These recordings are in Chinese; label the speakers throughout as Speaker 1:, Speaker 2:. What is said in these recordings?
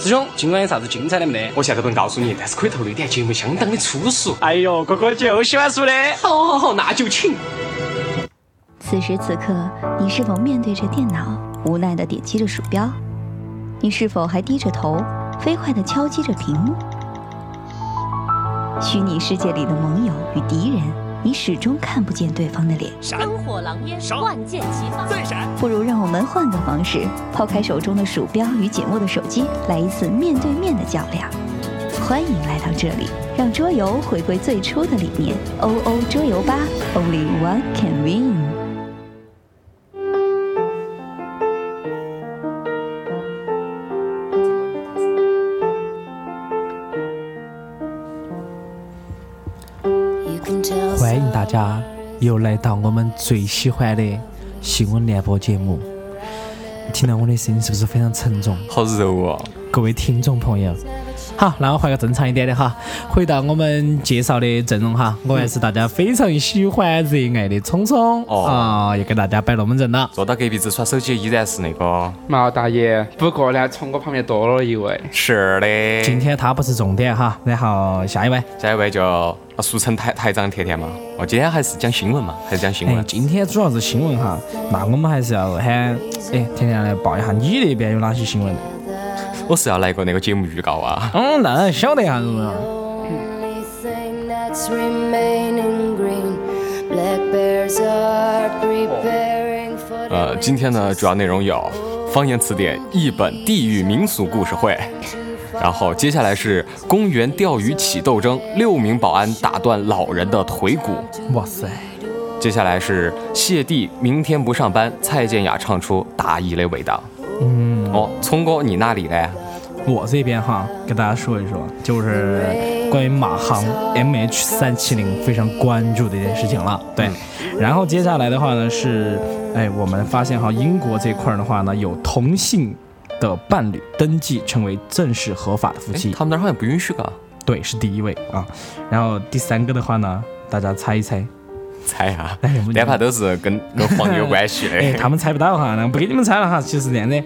Speaker 1: 师兄，今晚有啥子精彩的没得？
Speaker 2: 我现在不能告诉你，但是可以透露一点，节目相当的粗俗。
Speaker 1: 哎呦，哥哥就喜欢说的。
Speaker 2: 好好好，那就请。
Speaker 3: 此时此刻，你是否面对着电脑，无奈的点击着鼠标？你是否还低着头，飞快的敲击着屏幕？虚拟世界里的盟友与敌人，你始终看不见对方的脸。
Speaker 4: 灯火狼烟，万箭齐发。
Speaker 3: 不如让我们换个方式，抛开手中的鼠标与紧握的手机，来一次面对面的较量。欢迎来到这里，让桌游回归最初的理念。O O 桌游吧，Only One Can Win。
Speaker 5: 欢迎大家又来到我们最喜欢的新闻联播节目。听到我的声音是不是非常沉重？
Speaker 2: 好柔啊！
Speaker 5: 各位听众朋友，好，那我换个正常一点的哈，回到我们介绍的阵容哈，我还是大家非常喜欢、热爱的聪聪
Speaker 2: 哦
Speaker 5: 啊，又给大家摆龙门阵了。
Speaker 2: 坐到隔壁子耍手机，依然是那个。
Speaker 6: 毛大爷，不过呢，从我旁边多了一位，
Speaker 2: 是
Speaker 5: 今
Speaker 2: 的。
Speaker 5: 天他不是重点哈，然后下一位，
Speaker 2: 下一位就啊俗称台台长甜甜嘛。哦，今天还是讲新闻嘛，还是讲新
Speaker 5: 哎
Speaker 2: 闻，。
Speaker 5: 今天主要是新闻哈，那我们还是要喊，哎，甜甜来报一下你那边有哪些新闻？
Speaker 2: 我是要来个那个节目预告啊。
Speaker 5: 嗯，那晓得一下子嘛。
Speaker 7: only thing that's remaining green. Black bears are preparing for
Speaker 2: 呃，今天呢，主要内容有方言词典、译本、地域民俗故事会，然后接下来是公园钓鱼起斗争，六名保安打断老人的腿骨，
Speaker 5: 哇塞，
Speaker 2: 接下来是谢帝明天不上班，蔡健雅唱出大义的味道。嗯，哦，聪哥你那里呢？
Speaker 5: 我这边哈，给大家说一说，就是关于马航 MH 三七零非常关注的一件事情了。对，
Speaker 2: 嗯
Speaker 5: 然后接下来的话呢是，哎，我们发现哈，英国这块儿的话呢，有同性的伴侣登记成为正式合法的夫
Speaker 2: 哎
Speaker 5: 妻，
Speaker 2: 他们那儿好像不允许嘎，
Speaker 5: 对，是第一位啊。然后第三个的话呢，大家猜一猜，
Speaker 2: 猜啊
Speaker 5: 哎我们，
Speaker 2: 哪怕都是跟跟黄有关系
Speaker 5: 哎，
Speaker 2: 的。
Speaker 5: 他们猜不到哈，那不给你们猜了哈。其实这样的，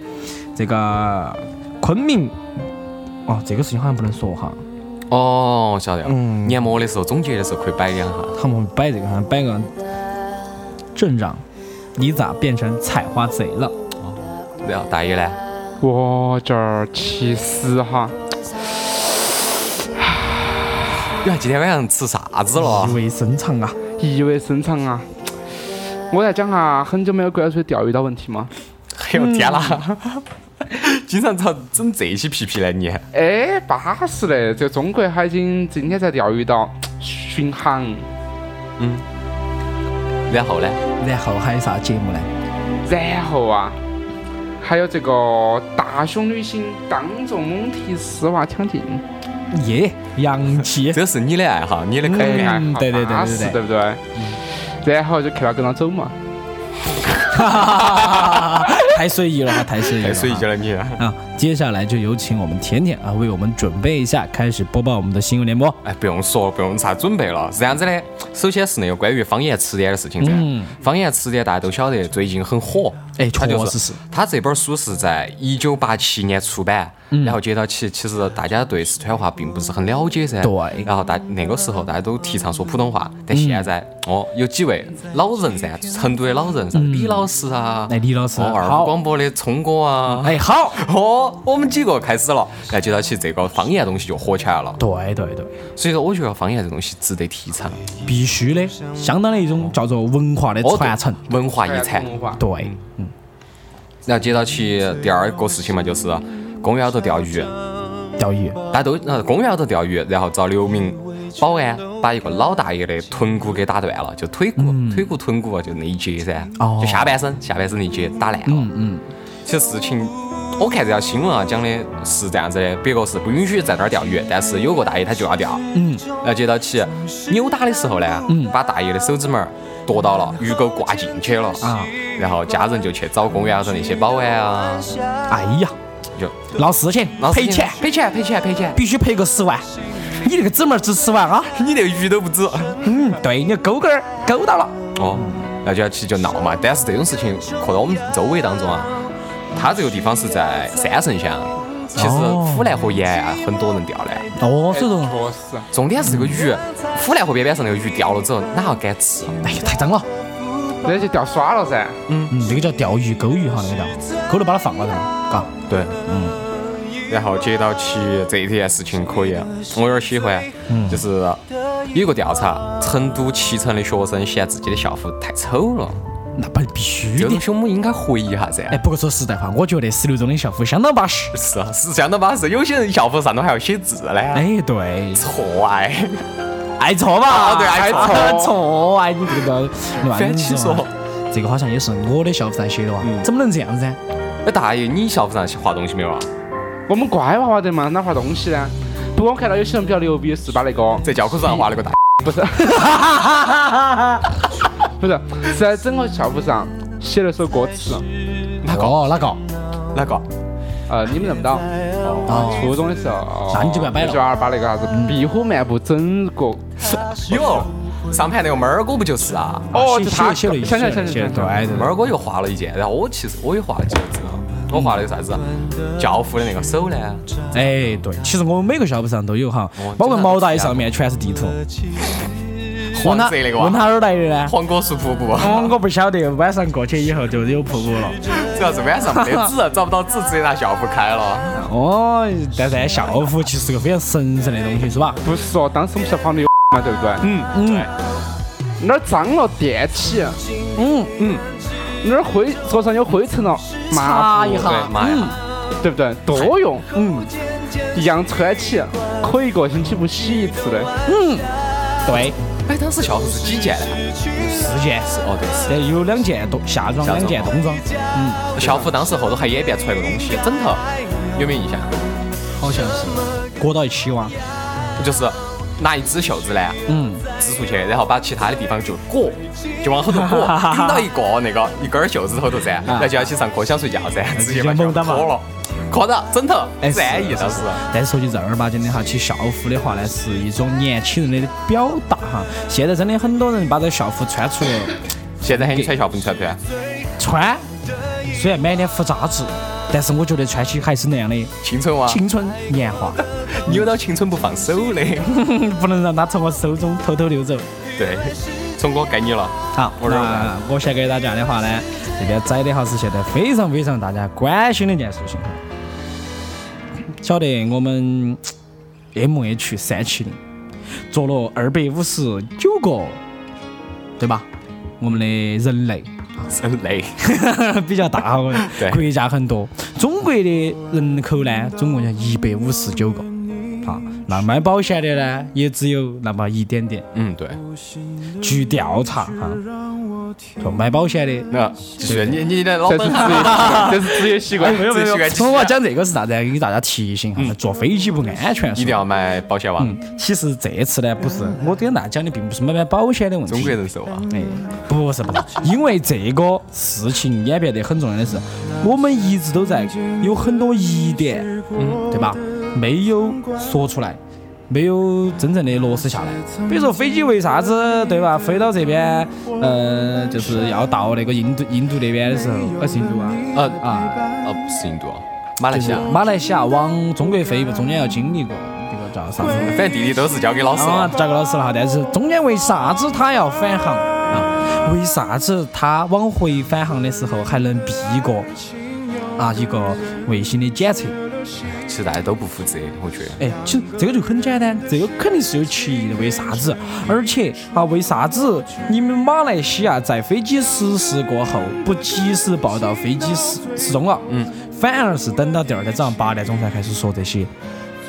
Speaker 5: 这个昆明，哦，这个事情好像不能说哈。
Speaker 2: 哦，晓得了。
Speaker 5: 嗯
Speaker 2: 年末的时候总结的时候可以摆两下。
Speaker 5: 他们摆这个，好像摆个镇长，你咋变成采花贼了？
Speaker 2: 然后大爷呢？
Speaker 6: 我这儿其实哈，
Speaker 2: 哟，今天晚上吃啥子了
Speaker 5: 意？味深长啊！
Speaker 6: 意味深长啊。我来讲下很久没有关注钓鱼的问题嘛。
Speaker 2: 哎呦天啦！经常遭整这些皮皮来你，
Speaker 6: 哎，巴适嘞！这中国海警今天在钓鱼岛巡航，
Speaker 2: 然后呢？
Speaker 5: 然后还有啥节目呢？
Speaker 6: 然后啊，还有这个大胸女星当众猛踢丝袜抢镜，
Speaker 5: 耶，洋 气！
Speaker 2: 这是你的爱好，你的口
Speaker 6: 哎，
Speaker 2: 感。
Speaker 5: 嗯
Speaker 6: 好
Speaker 5: 对对对
Speaker 6: 巴
Speaker 5: 对
Speaker 6: 适
Speaker 5: 对
Speaker 6: 对不嗯对？然后就看他跟他走嘛。
Speaker 5: 太随意了哈，太随意了
Speaker 2: 太
Speaker 5: 哈，
Speaker 2: 随意了你。
Speaker 5: 啊！接下来就有请我们甜甜啊，为我们准备一下，开始播报我们的新闻联播。
Speaker 2: 哎，不用说，不用啥准备了，是这样子的。首先是那个关于方言词典的事情噻。方言词典大家都晓得，最近很火。
Speaker 5: 嗯哎
Speaker 2: 它就
Speaker 5: 确实是。
Speaker 2: 它这本书是在一九八七年出版，
Speaker 5: 嗯
Speaker 2: 然后接到起，其实大家对四川话并不是很了解噻。
Speaker 5: 对嗯
Speaker 2: 然后大那个时候大家都提倡说普通话，但现在哦，有几位老人噻，成都的老人噻，李老师啊，
Speaker 5: 嗯哎李老师
Speaker 2: 哦，二
Speaker 5: 好
Speaker 2: 胡广播的聪哥啊，
Speaker 5: 哎，好，
Speaker 2: 哦，我们几个开始了，然后接到起这个方言东西就火起来了。
Speaker 5: 对对对，
Speaker 2: 所以说，我觉得方言这东西值得提倡，
Speaker 5: 必须的，相当的一种叫做文化的
Speaker 2: 哦
Speaker 5: 传承。
Speaker 2: 对文化遗产。
Speaker 6: 文化
Speaker 5: 对，
Speaker 2: 然后接到起第二个事情嘛，就是公园头钓鱼，
Speaker 5: 钓鱼，
Speaker 2: 大家都呃公园头钓鱼，然后遭六名保安把一个老大爷的臀骨给打断了，就腿骨、腿骨、臀骨啊就那一截噻，
Speaker 5: 哦
Speaker 2: 就下半身下半身那一截打烂了。
Speaker 5: 嗯嗯，
Speaker 2: 其实事情，我看这条新闻啊，讲的是这样子的，别个是不允许在那儿钓鱼，但是有个大爷他就要钓。嗯。然后接到起扭打的时候呢，嗯，把大爷的手指拇儿夺到了，鱼钩挂进去了
Speaker 5: 啊。
Speaker 2: 然后家人就去找公园头那些保安啊，
Speaker 5: 哎呀，
Speaker 2: 就
Speaker 5: 闹事情，
Speaker 2: 老师
Speaker 5: 赔钱。
Speaker 2: 赔钱，赔钱，赔钱。
Speaker 5: 必须赔个十万。你那个姊妹儿值十万啊？
Speaker 2: 你那个鱼都不止。
Speaker 5: 嗯，对，你勾勾儿勾到了。
Speaker 2: 哦，那就要起就闹嘛。但是这种事情，搁到我们周围当中啊，它这个地方是在三圣乡，其实
Speaker 5: 哦
Speaker 2: 腐烂河沿岸很多人钓的，
Speaker 5: 哦，
Speaker 6: 哎
Speaker 5: 这种，
Speaker 6: 确实，
Speaker 2: 重点是这个鱼，腐烂河边边上那个鱼钓了之后，哪还敢吃？
Speaker 5: 嗯哎呀，太脏了。
Speaker 6: 人家就钓耍了噻。
Speaker 5: 嗯，这个叫钓鱼、钩鱼哈，那个叫，钩了把它放了，噻，嘎。
Speaker 2: 对，嗯。然后接到起这一件事情可以，啊我有点喜欢，
Speaker 5: 嗯
Speaker 2: 就是有一个调查，成都七成的学生嫌自己的校服太丑了，
Speaker 5: 那不必须
Speaker 2: 这个
Speaker 5: 的
Speaker 2: 东。西我们应该回忆一下噻。
Speaker 5: 哎，不过说实在话，我觉得十六中的校服相当巴适。
Speaker 2: 是啊，是相当巴适，有些人校服上头还要写字嘞。
Speaker 5: 哎，对，
Speaker 2: 错哎，
Speaker 5: 挨错吧？
Speaker 2: 啊对挨错
Speaker 5: 错，错哎，你这个 乱
Speaker 2: 反起说。
Speaker 5: 这个好像也是我的校服上写的哇，
Speaker 2: 嗯
Speaker 5: 怎么能这样子呢？啊
Speaker 2: 哎大爷，你校服上画东西没有啊？
Speaker 6: 我们乖娃娃的嘛，哪画东西呢？不过我看到有些人比较牛逼，是把那个
Speaker 2: 在教科书上画了个 大，
Speaker 6: 不是，不是，是在整个校服上写了首歌词。
Speaker 5: 哪个？哦，哪个？
Speaker 2: 哪个？
Speaker 6: 呃，你们认不到？
Speaker 5: 哦
Speaker 6: 初中的时候，
Speaker 5: 那你就不要摆了
Speaker 6: 就二把那个啥子《壁虎漫步》整个，
Speaker 2: 有，上盘那个猫儿哥不就是啊？
Speaker 6: 哦，
Speaker 5: 写
Speaker 6: 就他，
Speaker 5: 写
Speaker 6: 想
Speaker 5: 了一
Speaker 6: 想想
Speaker 5: 写了
Speaker 6: 想
Speaker 5: 写了
Speaker 6: 想，
Speaker 5: 对对
Speaker 2: 猫
Speaker 5: 对。
Speaker 2: 儿哥又画了一件，然后我其实我也画了几件字啊，我画了个啥子？教父的那个手呢？
Speaker 5: 哎，对，其实我们每个校服上都有哈
Speaker 2: 哦，
Speaker 5: 包括毛大衣上面全是地图。
Speaker 2: 黄色那个
Speaker 5: 问他哪
Speaker 2: 哇？
Speaker 5: 儿来的呢？
Speaker 2: 黄果树瀑布，啊
Speaker 5: 哦，我不晓得，晚上过去以后就有瀑布了。
Speaker 2: 主要是晚上没得纸，找不到纸，直接拿校服开了。
Speaker 5: 哦，但是校服其实是个非常神圣的东西，是吧？
Speaker 6: 不是哦，当时我们校旁边有 嘛，对不对？
Speaker 2: 嗯，对，
Speaker 6: 哪儿脏了电起，
Speaker 5: 嗯，
Speaker 6: 哪儿灰桌上有灰尘了，抹布
Speaker 2: 对，妈呀，
Speaker 6: 对不对？多用，嗯，一样穿起，可以一个星期不洗一次的。
Speaker 5: 对，
Speaker 2: 哎，当时校服是几件呢？
Speaker 5: 四件
Speaker 2: 是哦，对，是。
Speaker 5: 呃，有两件冬夏装，
Speaker 2: 夏装
Speaker 5: 两件冬装，
Speaker 2: 校服当时后头还演变出来个东西，枕头有没有印象？
Speaker 5: 好像是裹到一起哇。
Speaker 2: 就是拿一支袖子呢，
Speaker 5: 嗯，
Speaker 2: 支出去，然后把其他的地方就裹，就往后头裹，顶到一个那个一根儿袖子头头噻，
Speaker 5: 啊
Speaker 2: 然后就要去上课想睡觉噻，直接把袖子脱 了，磕到枕头，
Speaker 5: 哎，是
Speaker 2: 安逸当时。
Speaker 5: 但是说句正儿八经的哈，其实校服的话呢，是一种年轻人的表达哈。现在真的很多人把这校服穿出来
Speaker 2: 现在喊你穿校服，你穿不穿？
Speaker 5: 穿，虽然满脸胡渣子，但是我觉得穿起还是那样的
Speaker 2: 青春啊，
Speaker 5: 青春年华，
Speaker 2: 扭到青春不放手的。
Speaker 5: 不能让它从我手中偷偷溜走。
Speaker 2: 对，聪哥该你了。
Speaker 5: 好，
Speaker 2: 我认为
Speaker 5: 那我先给大家的话呢，这边摘的哈是现在非常非常大家关心的一件事情哈。晓得我们 M H 三七零做了二百五十九个，对吧？我们的人类
Speaker 2: 真累，
Speaker 5: 比较大，我们
Speaker 2: 对
Speaker 5: 国家很多。中国的人口呢，总共有一百五十九个。好，那买保险的呢，也只有那么一点点。
Speaker 2: 嗯，对，
Speaker 5: 据调查哈，说买保险的
Speaker 2: 那就是你你的老
Speaker 6: 这
Speaker 2: 本
Speaker 6: 是职
Speaker 2: 行
Speaker 6: 业习惯，这是职业习 惯。
Speaker 5: 没有没有没有，
Speaker 2: 这
Speaker 5: 我要讲这个是啥子？给大家提醒哈，坐飞机不安全。
Speaker 2: 一定要买保险网，
Speaker 5: 嗯，其实这次呢，不是我跟大家讲的，并不是买买保险的问题。
Speaker 2: 中国人寿啊。
Speaker 5: 哎，不是不是，因为这个事情演变得很重要的是，我们一直都在有很多疑点，嗯，对吧？没有说出来，没有真正的落实下来。比如说飞机为啥子，对吧？飞到这边，呃，就是要到那个印度印度那边的时候，呃，是印度啊，
Speaker 2: 呃
Speaker 5: 啊，
Speaker 2: 啊，不是印度，马来
Speaker 5: 就
Speaker 2: 西
Speaker 5: 是
Speaker 2: 亚，
Speaker 5: 马来西亚往中国飞，中间要经历过这个叫啥子？
Speaker 2: 反正地理都是交给老师哦
Speaker 5: 啊
Speaker 2: 了，。
Speaker 5: 交给老师了哈。但是中间为啥子他要返航啊？为啥子他往回返航的时候还能避过啊一个卫星的检测？
Speaker 2: 其实大家都不负责，我觉得。
Speaker 5: 哎，其实这个就很简单，这个肯定是有歧义的。为啥子？而且啊，为啥子你们马来西亚在飞机失事过后不及时报道飞机失失踪了？嗯，反而是等到第二天早上八点钟才开始说这些，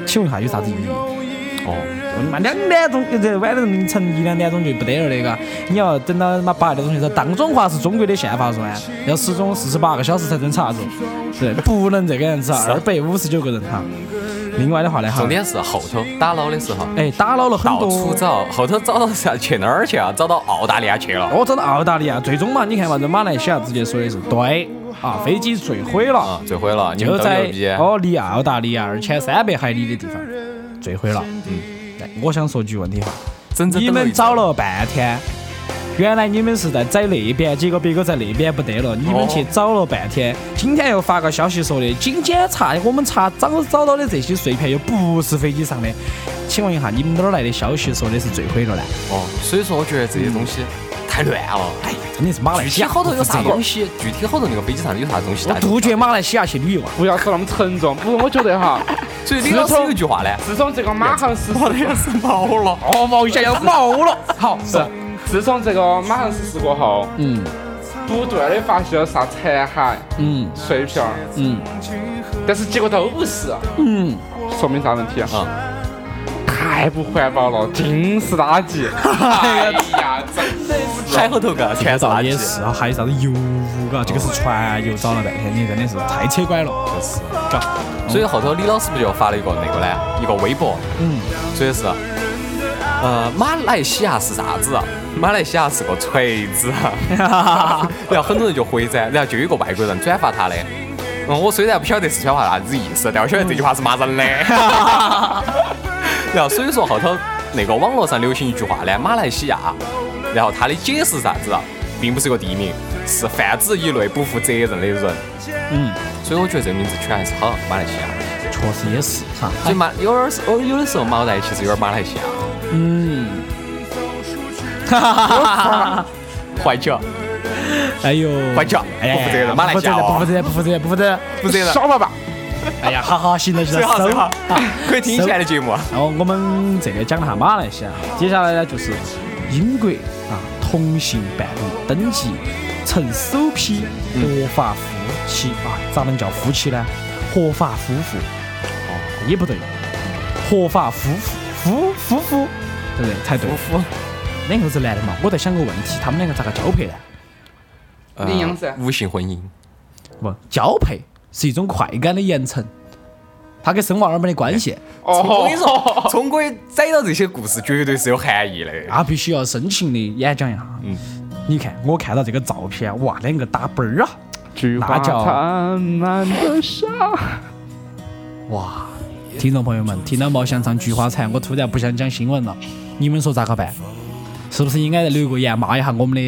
Speaker 5: 请问一下有啥子意义？
Speaker 2: 哦，
Speaker 5: 我他妈两点钟，这晚上凌晨一两点钟就不得了那个，你要等到他妈八点钟去找。当中话是中国的宪法说啊，要失踪四十八个小时才能查住，对，不能这个样子啊，二百五十九个人哈。另外的话呢哈
Speaker 2: 重，点是后头打捞的时候，
Speaker 5: 哎，打捞了很
Speaker 2: 到处
Speaker 5: 多。
Speaker 2: 找，后头找到啥去哪儿去啊？找到澳大利亚去了。
Speaker 5: 我找到哦澳大利亚，最终嘛，你看嘛，这马来西亚直接说的是对啊，飞机坠毁了
Speaker 2: 啊，，坠毁了，你
Speaker 5: 就
Speaker 2: 们都牛
Speaker 5: 在
Speaker 2: 逼。
Speaker 5: 哦，离澳大利亚二千三百海里的地方哎坠毁了。嗯，对我想说句问题哈，
Speaker 2: 整整
Speaker 5: 你
Speaker 2: 等了一
Speaker 5: 们
Speaker 2: 周
Speaker 5: 找了半天，原来你们是在在那边，结果别个在那边不得了，你们去找了半天，今天又发个消息说的，今天查我们查找找到的这些碎片又不是飞机上的，请问一下，你们哪儿来的消息说的是坠毁了呢？
Speaker 2: 哦，所以说我觉得这些东西太乱了。
Speaker 5: 哎，真的是马来
Speaker 2: 具
Speaker 5: 西
Speaker 2: 体
Speaker 5: 亚
Speaker 2: 好多有
Speaker 5: 不
Speaker 2: 啥
Speaker 5: 是这样
Speaker 2: 东西？具体好多那个飞机上有啥东西？大
Speaker 5: 我
Speaker 2: 家都
Speaker 5: 杜
Speaker 2: 不知
Speaker 5: 绝
Speaker 2: 道。
Speaker 5: 马来西亚去旅游啊！
Speaker 6: 不要说那么沉重。不过我觉得哈，
Speaker 2: 所以李老师有一句话呢，
Speaker 6: 自从这个马航十四，
Speaker 2: 也是毛了。
Speaker 6: 哦，毛一下要毛 了。
Speaker 5: 好，
Speaker 6: 是， 自从这个马航十四过后，
Speaker 5: 嗯
Speaker 6: 不断的发现了啥残骸、
Speaker 5: 嗯
Speaker 6: 碎片儿，
Speaker 5: 嗯
Speaker 6: 但是结果都不是，啊
Speaker 5: 嗯，
Speaker 6: 说明啥问题啊？
Speaker 2: 嗯
Speaker 6: 太不环保了，尽是垃圾。哎呀，真的是。
Speaker 2: 海后头个全是垃
Speaker 5: 也
Speaker 2: 圾。
Speaker 5: 是啊，还有啥子油嘎，这个是船油，找了半天，你真的是太扯拐了，就是，嘎，
Speaker 2: 所以后头李老师不就发了一个那个呢，一个微博，
Speaker 5: 嗯，
Speaker 2: 说的是，呃，马来西亚是啥子啊？马来西亚是个锤子啊。然后很多人就回赞，然后就有一个外国人转发他的。嗯，我虽然不晓得是转发啥子意思，但我晓得这句话是骂人的。 然后所以说后头那个网络上流行一句话呢，马来西亚，然后它的解释是啥子啊，并不是个地名，是泛指一类不负责任的人。
Speaker 5: 嗯，
Speaker 2: 所以我觉得这个名字取得还是好，马来西亚。
Speaker 5: 确实也是 哈，
Speaker 2: 就马有点儿是，有的时候毛在其实有点马来西亚
Speaker 5: 嗯，
Speaker 2: 怀旧，
Speaker 5: 哎呦，
Speaker 2: 怀旧，
Speaker 5: 哎，
Speaker 2: 不负责任，马来西亚
Speaker 5: 不负
Speaker 2: 哦，
Speaker 5: 责任，不负责任，不负责任，
Speaker 2: 不负责任，
Speaker 6: 小爸爸，
Speaker 5: 哎呀，好好，行了，行
Speaker 2: 最
Speaker 5: 了，
Speaker 2: 好
Speaker 5: 收
Speaker 2: 最好
Speaker 5: 了。，
Speaker 2: 可以听以前的节目，
Speaker 5: 然后我们这个讲了下马来西亚，接下来呢就是英国啊，同性伴侣登记成首批合法夫妻啊，咋能叫夫妻呢？合法夫妇，哦，也不对，合法夫妇夫夫妇，对不对？才对。夫妇，两个是男的嘛？我在想个问题，他们两个咋个交配呢？
Speaker 2: 呃
Speaker 6: 领养噻
Speaker 2: 无性婚姻，
Speaker 5: 不，交配是一种快感的延呈，它跟生娃儿们的关系。
Speaker 2: 我
Speaker 6: 哦
Speaker 2: 跟你，说，聪哥宰到这些故事绝对是有含义的，
Speaker 5: 那必须要深情的演讲一下。
Speaker 2: 嗯，
Speaker 5: 你看我看到这个照片，哇，两个打啵儿啊，
Speaker 6: 菊
Speaker 5: 花
Speaker 6: 灿烂的笑。
Speaker 5: 哇！听众朋友们，听到毛翔唱《菊花残》，我突然不想讲新闻了，你们说咋个办？是不是应该留个言骂一下我们的，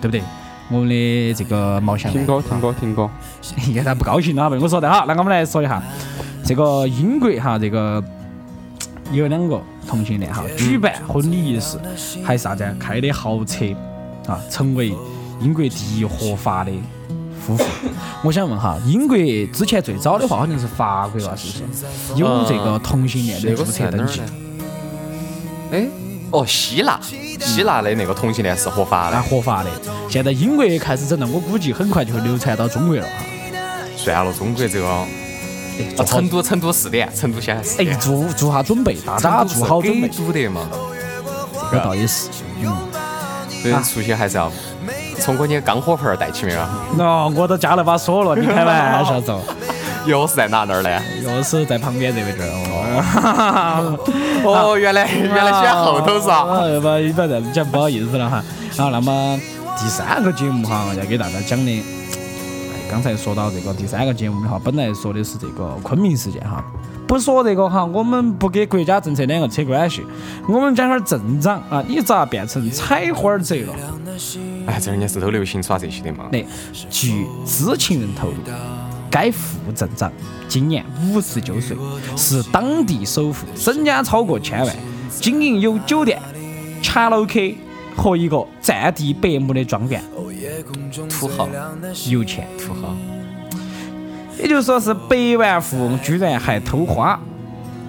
Speaker 5: 对不对？我们的这个毛翔呢
Speaker 6: 听歌，听歌，听歌。
Speaker 2: 嗯
Speaker 5: 应该他不高兴了，被我说的哈。那我们来说一下这个英国哈，这个有两个同性恋哈，
Speaker 2: 嗯
Speaker 5: 举办婚礼仪式，还啥子啊开的豪车啊，成为英国第一合法的夫 妇。我想问哈，英国之前最早的话好像是法国吧，是不是有这个同性恋的
Speaker 2: 啊这
Speaker 5: 注
Speaker 2: 个是
Speaker 5: 册
Speaker 2: 在哪
Speaker 5: 登
Speaker 2: 儿
Speaker 5: 记
Speaker 2: 呢？哎，哦，希腊，希腊的那个同性恋是合法
Speaker 5: 啊？
Speaker 2: 的，
Speaker 5: 合法的，现在英国开始整了，我估计很快就会流传到中国了啊哈。
Speaker 2: 算了，中国这个，啊，
Speaker 5: 哎
Speaker 2: 成都成都四点，成都现在四
Speaker 5: 哎，
Speaker 2: 点，
Speaker 5: 做做下准备，大家做好准备。
Speaker 2: 组的嘛。
Speaker 5: 这倒也是，嗯。
Speaker 2: 所以出去还是要，聪哥你的钢火盆儿带起没有啊？
Speaker 5: 哦，我都加了把锁了，你开 玩笑嗦，
Speaker 2: 又是在哪那儿呢？
Speaker 5: 又是在旁边这位置哦。
Speaker 2: 哦，原来 原来选后头是啊。
Speaker 5: 啊，要不一般这样讲不好意思了哈。好，那么第三个节目哈，要给大家讲的，哎，刚才说到这个第三个节目的话，本来说的是这个昆明事件哈，不说这个哈，我们不给国家政策两个扯关系，我们讲下镇长啊，你咋变成采花儿贼了？
Speaker 2: 哎，这两年是都流行耍这些的嘛。
Speaker 5: 那据知情人透露，该副镇长今年五十九岁，是当地首富，身家超过千万，经营有酒店、卡拉 OK 和一个占地百亩的庄园，
Speaker 2: 土豪，
Speaker 5: 有钱。
Speaker 2: 土豪。
Speaker 5: 也就是说是百万富翁，居然还偷花。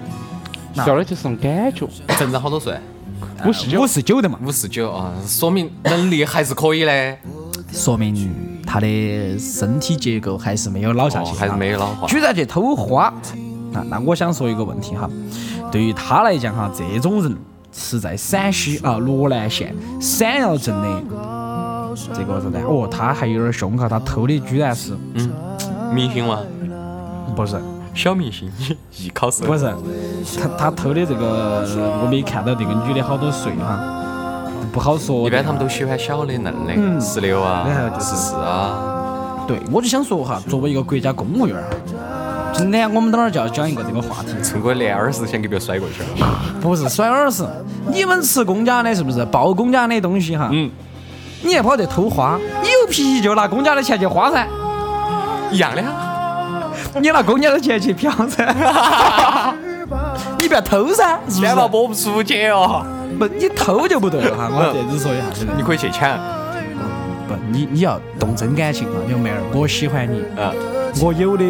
Speaker 6: 要的就是那种感觉。
Speaker 2: 镇长好多岁？
Speaker 5: 五十五十九的嘛，
Speaker 2: 五十九啊，说明能力还是可以的。
Speaker 5: 说明他的身体结构还是没有老下去、啊
Speaker 2: 哦还是没有老化
Speaker 5: 居然去偷花。那那我想说一个问题哈，对于他来讲哈，这种人是在陕西啊罗南县闪耀镇的这个人呢，哦，他还有点凶哈，他偷的居然是
Speaker 2: 明星吗？
Speaker 5: 不是
Speaker 2: 小明星， 艺考生。
Speaker 5: 不是，他他偷的这个我没看到这个女的好多岁哈，不好说。
Speaker 2: 一般他们都喜欢小的嫩的，十六
Speaker 5: 然后
Speaker 2: 啊，
Speaker 5: 嗯就
Speaker 2: 十
Speaker 5: 是
Speaker 2: 四啊。
Speaker 5: 对，我就想说哈，作为一个国家公务员儿哈，今天我们等会儿就要讲一个这个话题，
Speaker 2: 聪哥连耳屎先给别个甩过去 了。
Speaker 5: 不是甩耳屎，你们吃公家的是不是？报公家的东西哈，
Speaker 2: 嗯，
Speaker 8: 你还跑这偷花？你有脾气就拿公家的钱去花噻，
Speaker 2: 一样的啊，
Speaker 8: 你拿公家的钱去嫖噻， 你不要偷噻，是不是
Speaker 2: 两？毛拨不嗯出去哦，
Speaker 8: 不，你偷就不对了哈。我这次说一下，真的
Speaker 2: 你可以去抢，
Speaker 5: 不，你你要动真感情啊，有妹儿，我喜欢你，
Speaker 2: 嗯，
Speaker 5: 我有的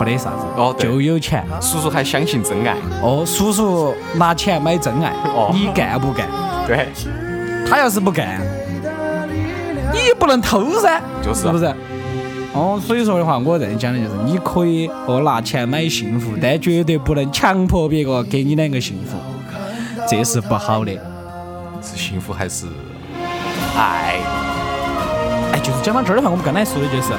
Speaker 5: 没得啥子，
Speaker 2: 哦对
Speaker 5: 就有钱。
Speaker 2: 叔叔还相信真爱，
Speaker 5: 哦，叔叔拿钱买真爱，
Speaker 2: 哦
Speaker 5: 你干不干？
Speaker 2: 对，
Speaker 5: 他要是不干，你也不能偷噻，
Speaker 2: 就是啊
Speaker 5: 是不是？哦，所以说的话，我这里讲的就是，你可以哦拿钱买幸福，但绝对不能强迫别个给你两个幸福，这是不好的。
Speaker 2: 是幸福还是爱？
Speaker 5: 哎，就是讲到这儿的话，我们刚才说的就是，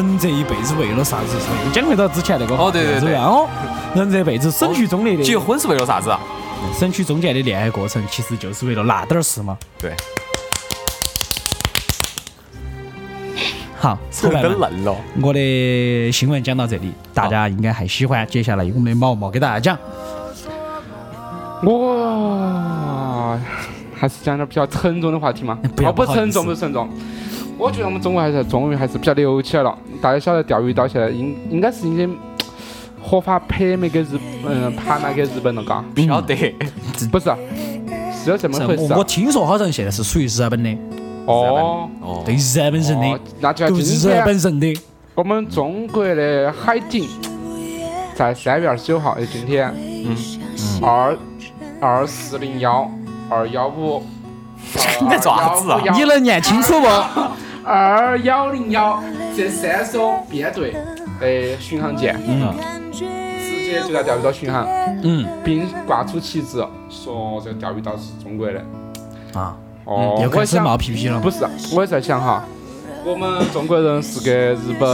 Speaker 5: 人这一辈子为了啥子？是又讲回到之前那个
Speaker 2: 哦对对对哦
Speaker 5: 话哦，人这辈子省去中间的
Speaker 2: 结婚是为了啥子啊？
Speaker 5: 省去中间的恋爱过程，其实就是为了那点儿事嘛。
Speaker 2: 对，
Speaker 5: 好，
Speaker 2: 扯
Speaker 5: 扯
Speaker 2: 得
Speaker 5: 完了。
Speaker 2: 嫩了，
Speaker 5: 我的新闻讲到这里，大家应该还喜欢。接下来我们的毛毛给大家讲，
Speaker 6: 我还是讲点比较沉重的话题嘛
Speaker 5: 哎，不要
Speaker 6: 哦不
Speaker 5: 不好意思
Speaker 6: 沉重，不沉重。我觉得我们中国还是终于还是比较牛起来了。大家晓得钓鱼岛现在应应该是已经合法拍卖给日嗯拍卖给日本了，嘎？
Speaker 2: 不
Speaker 5: 嗯
Speaker 2: 晓得，
Speaker 6: 不是，啊是有这么
Speaker 5: 是
Speaker 6: 回事
Speaker 5: 啊我我听说好像现在是属于日本的，
Speaker 6: 啊哦。
Speaker 2: 哦，
Speaker 5: 对日本人
Speaker 6: 哦
Speaker 5: 的，，
Speaker 6: 那就要
Speaker 5: 都
Speaker 6: 今
Speaker 5: 是日
Speaker 6: 天啊
Speaker 5: 本人的。
Speaker 6: 我们中国的海景在三月二十九号，也今天，嗯，二二四零幺二幺五，
Speaker 2: 你在爪子啊
Speaker 5: 你能念清楚不？
Speaker 6: 二幺零幺这三艘编队的巡航舰，
Speaker 5: 嗯
Speaker 6: 直接就在钓鱼岛巡航，
Speaker 5: 嗯
Speaker 6: 并挂出旗帜，说这个钓鱼岛是中国的。
Speaker 5: 啊，
Speaker 6: 哦，
Speaker 5: 又
Speaker 6: 我
Speaker 5: 开始
Speaker 6: 想
Speaker 5: 冒屁屁了
Speaker 6: 不。是，我也在想哈，我们中国人是给日本，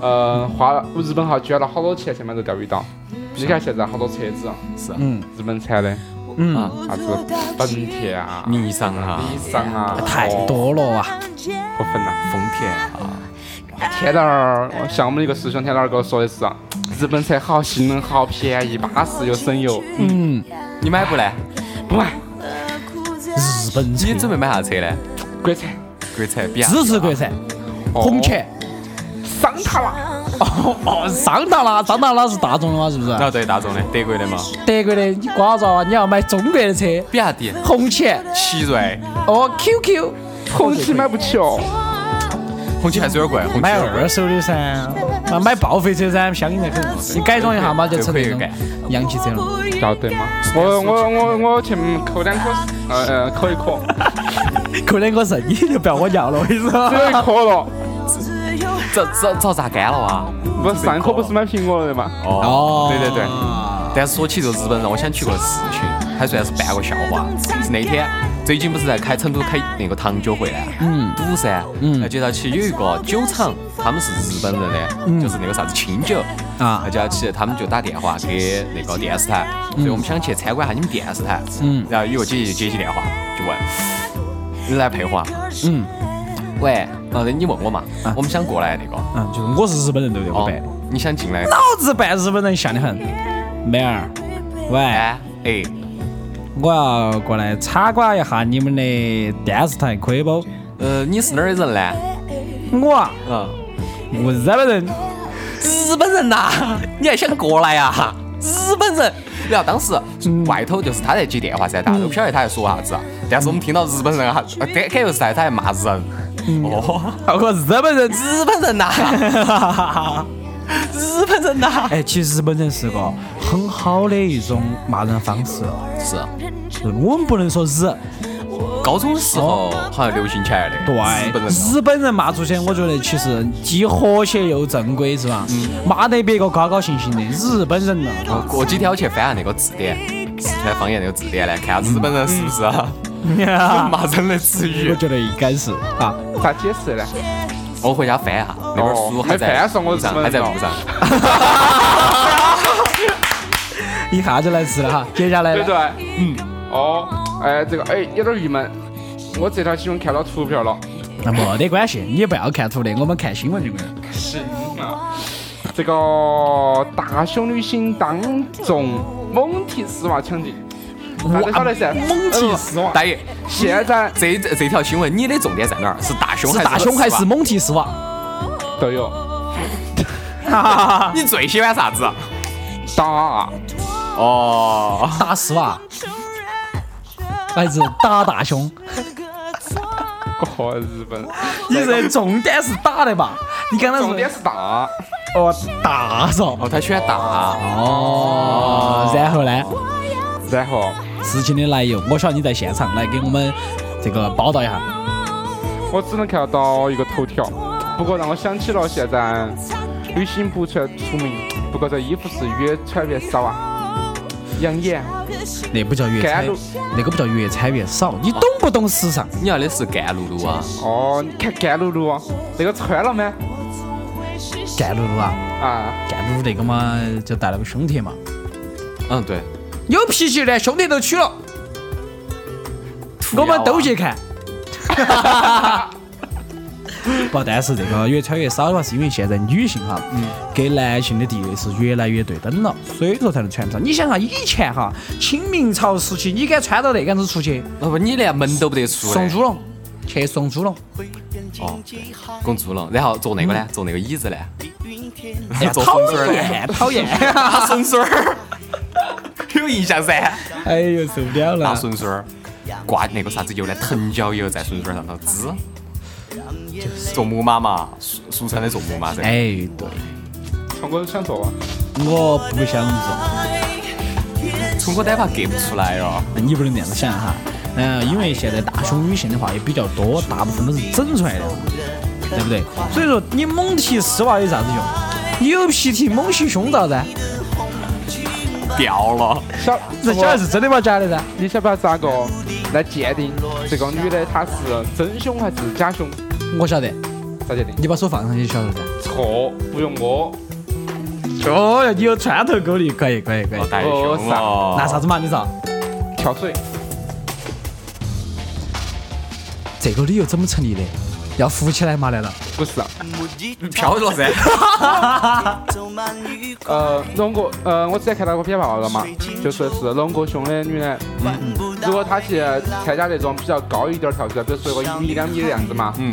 Speaker 6: 呃，花了日本哈捐了好多钱才买到钓鱼岛。你看现在好多车子，啊
Speaker 2: 是啊
Speaker 5: 嗯
Speaker 6: 日本产的，
Speaker 5: 嗯，
Speaker 6: 啥子本田啊、
Speaker 2: 迷上啊，
Speaker 6: 尼桑啊，
Speaker 5: 嗯太
Speaker 6: 哦
Speaker 5: 多了啊。
Speaker 6: 过分了。
Speaker 2: 丰田啊，
Speaker 6: 天老儿，像我们一个师兄天老儿跟我说的是，日本车好性能好便宜，巴适又省油。
Speaker 5: 嗯，
Speaker 2: 你买不呢？
Speaker 6: 不买
Speaker 5: 日本
Speaker 2: 你
Speaker 5: 车
Speaker 2: 准备买啥车呢？
Speaker 6: 国产，
Speaker 2: 国产比亚迪啊
Speaker 5: 支持国，产，
Speaker 6: 哦
Speaker 5: 红旗。
Speaker 6: 桑塔纳，
Speaker 5: 哦哦，桑塔纳，桑塔纳是大众的嘛？是不是？
Speaker 2: 啊对，大众的，德国的嘛，
Speaker 5: 德国的，你瓜子啊，你要买中国的车，
Speaker 2: 比亚迪、
Speaker 5: 红旗，
Speaker 2: 奇瑞，
Speaker 5: 哦，QQ，
Speaker 6: 红旗买不起哦。
Speaker 2: 红旗还是有点贵，红旗
Speaker 5: 买
Speaker 2: 有点贵
Speaker 5: 二手的噻，啊，买报废车噻，相应的很。你改装一下嘛，就成那
Speaker 2: 就
Speaker 5: 种
Speaker 2: 可以
Speaker 5: 洋气车了。
Speaker 6: 晓得吗？我我我我去抠两颗，呃呃，抠一 颗，
Speaker 5: 可能我是你就不要我要了，我跟你
Speaker 6: 只有一
Speaker 5: 说。
Speaker 6: 颗了。
Speaker 2: 早早早榨干了啊！
Speaker 6: 不，上一颗不是买苹果的嘛？
Speaker 2: 哦
Speaker 6: 对对对，
Speaker 2: 但是说起这日本人，我想起个事情，还算是半个笑话。是那天最近不是在开成都开那个糖酒会呢，嗯，赌噻，嗯，那接到起有一个酒厂，他们是日本人的，就是那个啥子清酒
Speaker 5: 啊
Speaker 2: 那接到起他们就打电话给那个电视台，所以我们想去参观一下你们电视台，嗯，然后有个姐姐就接起电话就问，你来配话，
Speaker 5: 嗯
Speaker 2: 喂，然后你问我嘛，我们想过来那个，
Speaker 5: 嗯，就是我是日本人对不对？我
Speaker 2: 哦
Speaker 5: 办，老，
Speaker 2: 你想进来，
Speaker 5: 子扮日本人像得很。妹儿，喂，
Speaker 2: 哎哎，
Speaker 5: 我要过来参观一下你们的电视台，可以不？
Speaker 2: 呃，你是哪儿的人呢？
Speaker 5: 我啊，
Speaker 2: 嗯。
Speaker 5: 我日本人。
Speaker 2: 日本人呐、你还想过来呀、日本人。然后当时外头就是他在接电话噻，大家都不晓得他在说啥子，啊但是我们听到日本人啊，呃这肯定是在他在骂人。
Speaker 6: 嗯
Speaker 2: 哦，
Speaker 5: 我日本人。
Speaker 2: 日本人呐、日本人呐、
Speaker 5: 哎，其实日本人是个很好的一种骂人方式，哦
Speaker 2: 是啊
Speaker 5: 就是我们不能说日，
Speaker 2: 高中的时候好像流行起来的，
Speaker 5: 对
Speaker 2: 日本，人
Speaker 5: 日本人骂出去，我觉得其实既和谐又正规，是吧？
Speaker 2: 嗯
Speaker 5: 骂得别个高高兴兴的，日本人
Speaker 2: 我
Speaker 5: 了。
Speaker 2: 哦过几天我去翻下那个字典，四川方言那个字典来看下日本人是不是啊
Speaker 6: 嗯
Speaker 2: 骂人的词
Speaker 5: 我
Speaker 2: 语。
Speaker 5: 觉得应该是啊，
Speaker 6: 咋解释呢？
Speaker 2: 我回家翻一下那本
Speaker 6: 哦
Speaker 2: 书，还
Speaker 6: 没
Speaker 2: 在
Speaker 6: 翻上我
Speaker 2: 路上，还在路上。
Speaker 6: 哦
Speaker 5: 一下就来吃了哈。接下来
Speaker 6: 对
Speaker 5: 呢
Speaker 6: 对，嗯，哦，哎，这个哎有点郁闷，我这条新闻看到图片了。
Speaker 5: 那没得关系，你不要看图的，我们看新闻就可以了。
Speaker 6: 行啊，这个大熊女星当众猛踢丝袜抢镜，反正晓得噻。嗯
Speaker 5: 猛禽丝袜，
Speaker 2: 大爷，
Speaker 6: 现在
Speaker 2: 这这条新闻你的重点在哪儿？是大胸
Speaker 5: 是
Speaker 2: 还是
Speaker 5: 大胸还是
Speaker 2: 猛？
Speaker 5: 猛禽丝袜？
Speaker 6: 都有
Speaker 2: 你最喜欢啥子？
Speaker 6: 打
Speaker 2: 哦，
Speaker 5: 大丝袜，还是打大胸？
Speaker 6: 哦，日本，
Speaker 5: 你这重点是打的吧？你刚才
Speaker 6: 重点
Speaker 5: 说
Speaker 6: 是打，
Speaker 5: 哦大嗦
Speaker 2: 哦，他喜欢大。
Speaker 5: 哦，然后呢？
Speaker 6: 然后
Speaker 5: 事情的来由，我晓得你在现场来给我们这个报道一下。
Speaker 6: 我只能看到一个头条，不过让我想起了现在旅行不出来出名，不过这衣服是越穿越少啊，养眼。
Speaker 5: 那不叫越
Speaker 6: 干
Speaker 5: 踩
Speaker 6: 露，
Speaker 5: 那个不叫越踩越少。你懂不懂时尚？
Speaker 2: 你要的是干露露啊？
Speaker 6: 哦，你看甘露露啊，那个穿了没？
Speaker 5: 干露露啊，
Speaker 6: 啊，
Speaker 5: 干露露那个嘛，就戴了个胸贴嘛。
Speaker 2: 嗯，对。
Speaker 5: 有脾气连胸贴都取了，我们都去看。 不，但是这个越穿越少的话，是因为现在女性哈，嗯，跟男性的地位是越来越对等了，所以说才能穿不上。你想哈，以前哈，清明朝时期，你敢穿到那个样子出去
Speaker 2: 哦不，你连门都不得出嘞。
Speaker 5: 送猪笼，去送猪笼，
Speaker 2: 哦，拱猪笼，然后坐那个呢？坐那个椅子呢？
Speaker 5: 嗯哎呀
Speaker 2: 坐
Speaker 5: 讨
Speaker 2: 风水儿呢？
Speaker 5: 厌，讨厌，
Speaker 2: 大笋笋儿， 有印象噻？
Speaker 5: 哎呦，受不了
Speaker 2: 大
Speaker 5: 了，
Speaker 2: 笋笋儿，挂那个啥子油呢？藤椒油在笋笋儿上头滋。做木马嘛，俗俗称的做木马噻。
Speaker 5: 哎，对，
Speaker 6: 唱歌想做啊，
Speaker 5: 我不想做。
Speaker 2: 冲哥单怕隔不出来哦哟、
Speaker 5: 你不能那样子想哈。嗯，因为现在大胸女性的话也比较多，大部分都是整出来的，对不对？所以说你猛提丝袜有啥子用？你有皮提猛提胸罩噻，
Speaker 2: 掉了。
Speaker 6: 小
Speaker 5: 这晓得是真的吗？假的噻？
Speaker 6: 你晓不晓得咋个来鉴定这个女的她是真凶还是假凶？
Speaker 5: 我晓得，
Speaker 6: 咋鉴定？
Speaker 5: 你把手放上去就晓得噻。
Speaker 6: 错，不用摸。
Speaker 5: 哦哟，你有穿透功力，可以可以可以
Speaker 2: 哦，。太凶了。
Speaker 5: 拿啥子嘛？你说
Speaker 6: 跳水，
Speaker 5: 这个理由怎么成立的？要扶起来嘛来了？
Speaker 6: 不是啊，
Speaker 2: 飘了噻？
Speaker 6: 呃，龙哥，呃，我之前看到过篇报道嘛，就说是龙哥胸的女的，如果她去参加那种比较高一点儿跳水，比如说有个一米、两米的样子嘛，
Speaker 2: 嗯，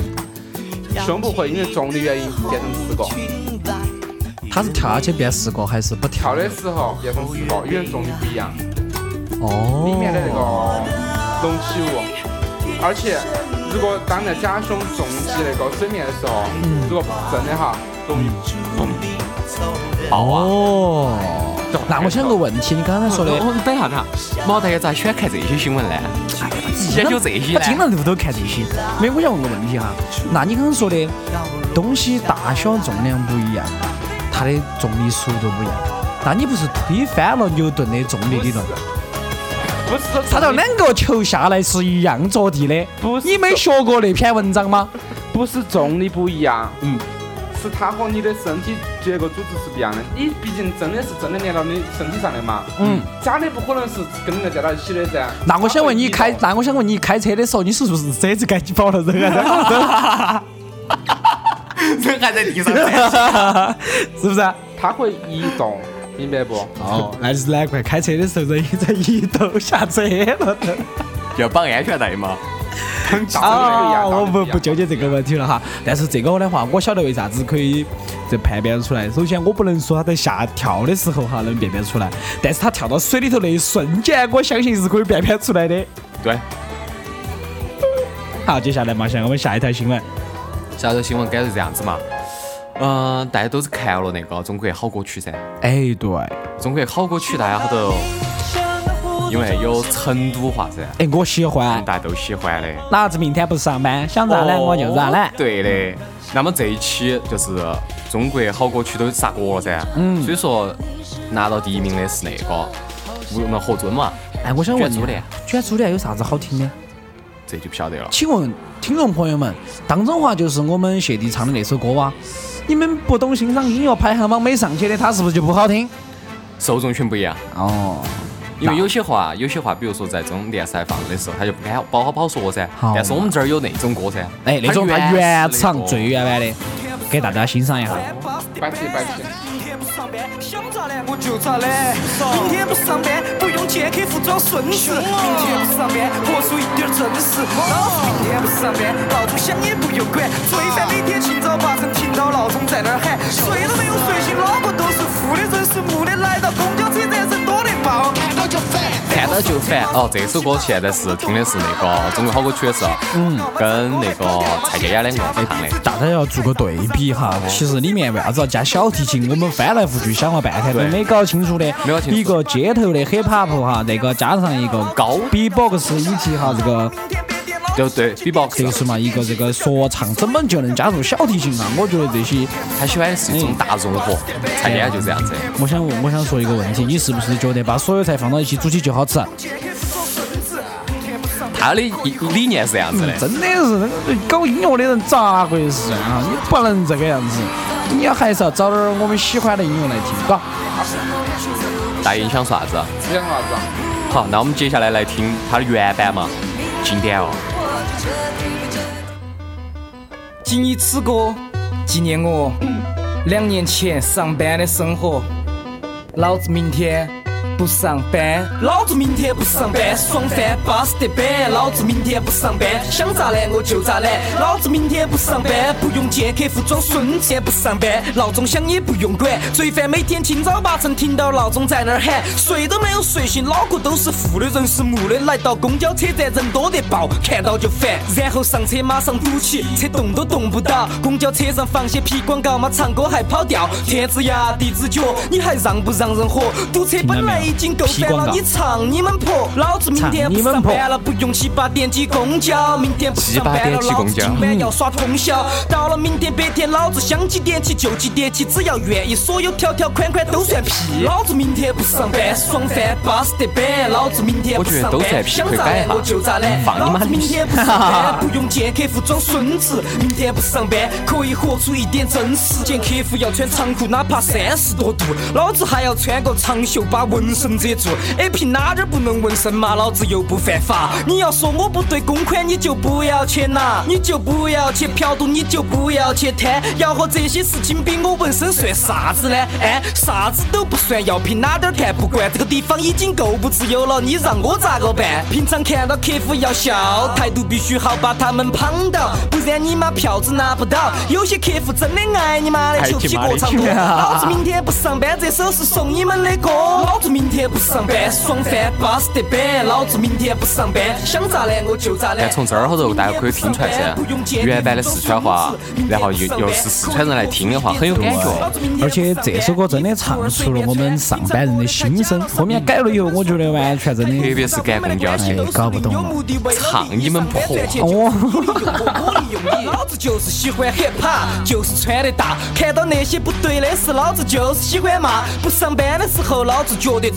Speaker 6: 胸部会因为重力原因变成四个，
Speaker 5: 他是跳下去变四个，还是不
Speaker 6: 跳
Speaker 5: 跳
Speaker 6: 的时候变成四个，因为重力不一样，
Speaker 5: 哦，
Speaker 6: 里面的那个隆起物，而且如果当那假胸重击那个水面的时候，
Speaker 5: 嗯
Speaker 6: 如果真的哈，容易砰，
Speaker 5: 哦。那我想个问题，你刚才说的，
Speaker 2: 我等一下子啊，毛大爷咋喜欢看这些新闻呢？研究这些
Speaker 5: 他经
Speaker 2: 呢？
Speaker 5: 常路都看这些。没有，我想问个问题哈，那你刚刚说的东西大小重量不一样，它的重力速度不一样，那你不是推翻了牛顿的重力理论？
Speaker 6: 不是说
Speaker 5: 它
Speaker 6: 重
Speaker 5: 到
Speaker 6: 力
Speaker 5: 两个球下来是一样着地的，
Speaker 6: 不是
Speaker 5: 你没学过那篇文章吗？
Speaker 6: 不是重力不一样，
Speaker 2: 嗯，
Speaker 6: 是它和你的身体结构组织是不一样的。你毕竟真的是真的连到你身体上的嘛，
Speaker 5: 嗯，
Speaker 6: 假的不可能是跟人家在到一起的噻。
Speaker 5: 那我想问你开，那我想问你开车的时候，你是不是车子该起跑了人啊？
Speaker 2: 人还在地上。
Speaker 5: 是不是？
Speaker 6: 它会移动，明 白不？
Speaker 5: 哦，那就是难怪开车的时候人也在移动下车了都。
Speaker 2: 要绑安全带嘛？
Speaker 5: 啊，我
Speaker 6: 不
Speaker 5: 不不纠结这个问题了哈。但是这个的话，我晓得为啥子可以这判别出来。首先，我不能说他在下跳的时候哈能辨别出来，但是他跳到水里头那一瞬间，我相信是可以辨别出来的。
Speaker 2: 对。
Speaker 5: 好，接下来马上我们下一条新闻。
Speaker 2: 下头新闻改成这样子嘛？嗯、大家都是看了那个《中国好歌曲》噻，
Speaker 5: 哎，对，
Speaker 2: 《中国好歌曲》大家好多，因为有成都话噻，
Speaker 5: 哎，我喜欢。
Speaker 2: 大家都喜欢的。
Speaker 5: 老子明天不上班，想咋懒我就咋懒
Speaker 2: 哦。对的。那么这一期就是《中国好歌曲》都杀歌了噻，嗯，所以说拿到第一名的是那个我们何尊嘛，
Speaker 5: 哎，我想问你
Speaker 2: 卷珠帘，
Speaker 5: 卷珠帘有啥子好听的？
Speaker 2: 这就不晓得了。
Speaker 5: 请问听众朋友们，当中话就是我们谢帝唱的那首歌哇？你们不懂欣赏音乐排行榜没上去的，它是不是就不好听？
Speaker 2: 受众群不一样，
Speaker 5: 哦，
Speaker 2: 因为有些话，有些话，比如说在这种联赛放的时候，他就不敢不好不好说噻。
Speaker 5: 好
Speaker 2: 但是我们这儿有那种歌噻，
Speaker 5: 哎，那种它
Speaker 2: 它
Speaker 5: 原
Speaker 2: 始的
Speaker 5: 唱啊
Speaker 2: 歌
Speaker 5: 最原版的，给大家欣赏一下。
Speaker 6: 摆起摆起，
Speaker 9: 上班，想咋懒我就咋懒。明天不上班，不用见客户装孙子。明天不上班，活出一点真实。老子明天不上班，闹钟响也不用管。最烦每天清早八晨听到闹钟在那儿喊，睡都没有睡醒，脑壳都是负的，人是木的。来到公交车站人多得爆，看到就烦，
Speaker 2: 看到就烦。哦，这首歌现在是听的是那个《中国好歌曲》的时候，嗯，跟那个蔡健雅两个人唱的。
Speaker 5: 大家要做个对比哈，其实里面为啥子要加小提琴？我们翻来覆去想了半天都
Speaker 2: 对
Speaker 5: 没搞清楚的。
Speaker 2: 没搞清楚
Speaker 5: 一个街头的 hip hop 哈，那个加上一个
Speaker 2: 高
Speaker 5: B-box 以及哈这个
Speaker 2: 对对，B-box
Speaker 5: 就是嘛一个这个说唱，根本就能加入小提琴啊！我觉得这些，
Speaker 2: 他喜欢的是一种大融合，蔡健雅就这样子的。
Speaker 5: 我想问，我想说一个问题，你是不是觉得把所有菜放到一起煮起就好吃？啊
Speaker 2: 他的一理念是这样子的，
Speaker 5: 真的是搞音乐的人咋回事啊？你不能这个样子，你要还是要找点儿我们喜欢的音乐来听，嘎。
Speaker 2: 大家想说啥子啊？
Speaker 5: 哎
Speaker 6: 讲啥子啊？
Speaker 2: 好，那我们接下来来听他的原版嘛，经典哦。
Speaker 9: 谨以此歌纪念我两年前上班的生活。老子明天不上班，老子明天不上班，爽翻巴适得板。老子明天不上班，想咋懒我就咋懒。老子明天不上班，不用见客户装孙子。不上班，闹钟响也不用管。最烦每天清早八晨听到闹钟在那儿喊，睡都没有睡醒，脑壳都是负的，人是木的。来到公交车站人多得爆，看到就烦，然后上车马上堵起，车动都动不到。公交车上放些屁广告嘛，唱歌还跑调，天之涯地之角，你还让不让人活？堵车本来已经够烦了，你唱你们婆，老子明天不上班了，不用七八点挤公交，明天不上班了，老子今晚要耍通宵。到了明天白天，老子想几点起就几点起，只要愿意，所有条条款款都算屁。老子明天不上班，爽翻巴适得板。老子明天不上班，想咋懒我就咋懒。老子明天不上班，不用见客户装孙子。明天不上班，可以活出一点真实。见客户要穿长裤，哪怕三十多度，老子还要穿个长袖把纹身遮住。哎，凭哪点不能纹身嘛？老子又不犯法。你要说我不对公款，你就不要去拿，你就不要去嫖赌，你就不要去贪。要和这些事情比，我纹身算啥子呢？哎，啥子都不算，要凭哪点看不惯？这个地方已经够不自由了，你让我咋个办？平常看到客户要笑，态度必须好，把他们捧到，不然你妈票子拿不到。有些客户真的爱你妈的，啊求起过场多。 老子明天不上班，这首是送你们的歌。老子明天不上班，爽翻巴适得板。老子明天不上班，想咋懒我就咋懒。
Speaker 2: 哎但从这儿后头，大家可以听出来噻，原版的四川话，然后又又是四川人来听的话，很有感觉。哦
Speaker 5: 而且这首歌真的唱出了我们上班人的心声。后面改了以后，我觉得完全真
Speaker 2: 特
Speaker 5: 的
Speaker 2: 别是赶公交
Speaker 5: 哎
Speaker 2: 车，
Speaker 5: 搞不懂了。
Speaker 2: 唱你们 婆
Speaker 9: 哦，老子就是喜欢 hiphop，就是穿的大。看到那些不对的事，老子就是喜欢骂。不上班的时候，老子觉得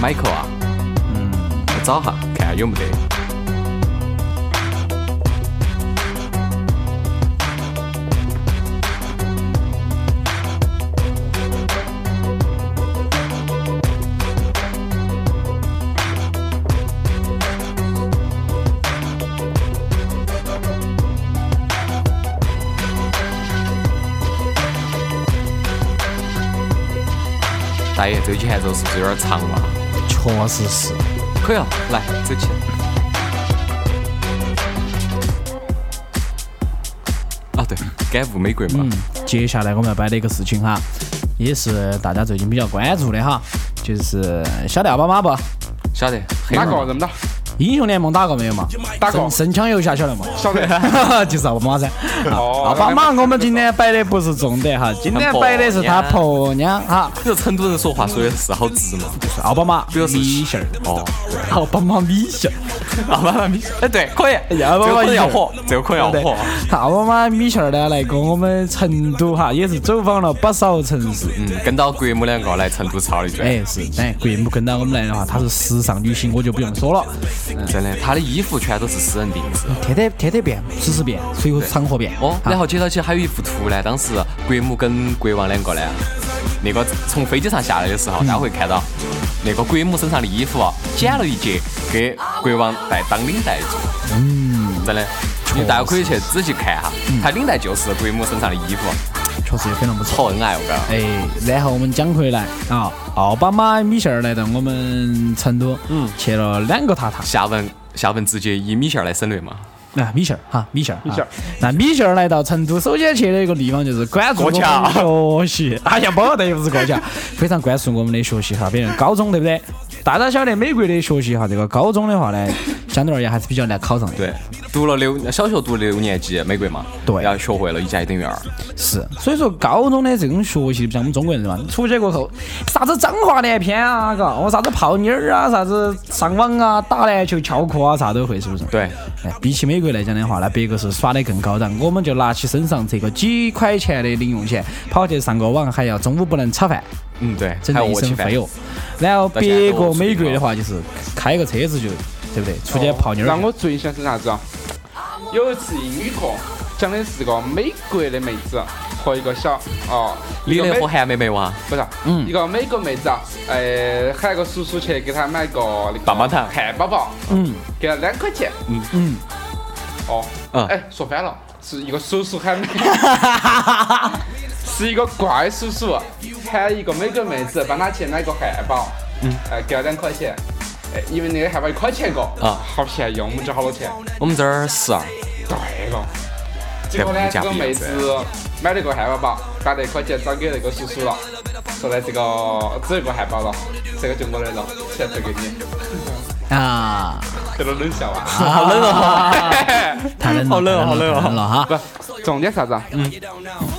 Speaker 2: ，Michael 啊，嗯，我找哈，看下有没得。大爷，这个前奏是不是有点长了？
Speaker 5: 确实是，
Speaker 2: 可以了，来走起。啊，对，该物玫瑰嘛。
Speaker 5: 嗯，接下来我们要摆的一个事情哈，也是大家最近比较关注的哈，就是晓得奥巴马不？
Speaker 2: 晓得，黑
Speaker 6: 哪
Speaker 2: 人
Speaker 6: 个认不到？
Speaker 5: 英雄联盟打过没有嘛？
Speaker 6: 打过
Speaker 5: 神神枪游侠晓得嘛？
Speaker 6: 晓得
Speaker 5: 就是奥巴马噻。
Speaker 6: 哦
Speaker 5: 奥巴马，我们今天摆的不是重点哈，今天摆的是他
Speaker 6: 啊
Speaker 5: 婆娘哈，
Speaker 2: 这成都人说话说的是好直嘛，
Speaker 5: 奥巴马
Speaker 2: 主要是
Speaker 5: 米线儿，
Speaker 2: 哦，
Speaker 5: 奥巴马米线儿，
Speaker 2: 奥巴马米，哎对，可以，
Speaker 5: 要
Speaker 2: 这
Speaker 5: 不
Speaker 2: 个
Speaker 5: 然
Speaker 2: 可能要
Speaker 5: 一
Speaker 2: 火，这个可能要
Speaker 6: 哎
Speaker 5: 对
Speaker 2: 火，，
Speaker 5: 奥巴马米线儿呢来跟我们成都哈也是走访了不少城市。
Speaker 2: 嗯，跟到国母两个来成都抄了一圈，
Speaker 5: 哎，是，哎，国母跟到我们来的话，她是时尚女星，我就不用说了，
Speaker 2: 嗯真的，他的衣服全都是私人定制。
Speaker 5: 天天天天变，时时变，随后场合变。
Speaker 2: 哦，然
Speaker 5: 后
Speaker 2: 后接到起还有一幅图呢，当时国母跟国王两个呢，那个从飞机上下来的时候，大家会看到那个国母身上的衣服啊剪了一截，给国王带当领带住。嗯，真的，你大家可以去仔细看哈，
Speaker 5: 嗯
Speaker 2: 他领带就是国母身上的衣服，
Speaker 5: 确实也非常不错。
Speaker 2: 好恩爱我告。
Speaker 5: 哎，然后我们讲回来啊，奥巴马米歇尔来到我们成都，嗯，去了两个榻榻。
Speaker 2: 下文下文直接以米线儿来省略嘛，
Speaker 5: 那啊米歇尔哈，米歇尔，
Speaker 6: 米歇尔
Speaker 5: 啊。那米歇尔来到成都，首先去的一个地方就是关注我
Speaker 2: 过桥
Speaker 5: 们的学习。 哎呀，不对，不是过桥， 非常关注我们的学习哈。比如高中，对不对？大家晓得美国的学习哈，这个高中的话呢，相对而言还是比较难考上的。
Speaker 2: 对，读了六小学读了六年级，美国嘛，
Speaker 5: 对
Speaker 2: 然后学会了一加一等于二，
Speaker 5: 是，所以说高中的这种学习，不像我们中国人嘛，出去过后，啥子脏话连篇啊，嘎，哦，啥子泡妞儿啊，啥子上网啊，打篮球、翘课啊，啥都会，是不是？
Speaker 2: 对，
Speaker 5: 哎，比起美国来讲的话，那别个是耍得更高档，我们就拿起身上这个几块钱的零用钱，跑去上个网，还要中午不能吃饭，
Speaker 2: 嗯对，
Speaker 5: 整
Speaker 2: 还
Speaker 5: 得
Speaker 2: 有
Speaker 5: 一
Speaker 2: 我
Speaker 5: 身
Speaker 2: 吃饭
Speaker 5: 肥。哦。然后
Speaker 2: 到现在
Speaker 5: 别
Speaker 2: 都
Speaker 5: 个
Speaker 2: 出去哦
Speaker 5: 美国的
Speaker 2: 了
Speaker 5: 话就是开个车子就，对不对？出去泡妞儿
Speaker 6: 让
Speaker 5: 去。
Speaker 6: 我最印象深啥子啊？有一次英语课讲的是个美国的妹子和一个小哦，一
Speaker 2: 李
Speaker 6: 个
Speaker 2: 磊
Speaker 6: 美
Speaker 2: 和韩梅梅哇，
Speaker 6: 不是，啊
Speaker 5: 嗯
Speaker 6: 一个美国妹子啊，哎，喊个叔叔去给她买个那个
Speaker 2: 棒棒糖
Speaker 6: 汉堡包，
Speaker 5: 嗯
Speaker 6: 给她两块钱，
Speaker 2: 嗯
Speaker 5: 嗯，
Speaker 6: 哦，
Speaker 2: 嗯
Speaker 6: 哎，说反了，是一个叔叔 喊美，是一个怪叔叔啊喊一个美国妹子帮她去买个汉堡，嗯，哎，给她两块钱，哎，因为那个汉堡一块钱一个，
Speaker 2: 啊
Speaker 6: 好便宜哦，我们这儿好多钱。
Speaker 2: 我们这儿啊十二，
Speaker 6: 对了。结果呢，
Speaker 2: 这
Speaker 6: 这
Speaker 2: 不
Speaker 6: 个
Speaker 2: 能加
Speaker 6: 妹
Speaker 2: 币
Speaker 6: 子
Speaker 2: 噻
Speaker 6: 买了个汉堡包，把那块钱转给那个叔叔了，说的这个只有一个汉堡了，这个就我的了，钱退给你，
Speaker 5: 啊，
Speaker 6: 这都啊冷笑话。
Speaker 2: 好冷哦。
Speaker 5: 太哎冷了，啊
Speaker 2: 好冷哦
Speaker 5: 太
Speaker 2: 好冷哦
Speaker 5: 太了哈。
Speaker 6: 不，重点啥子啊？嗯，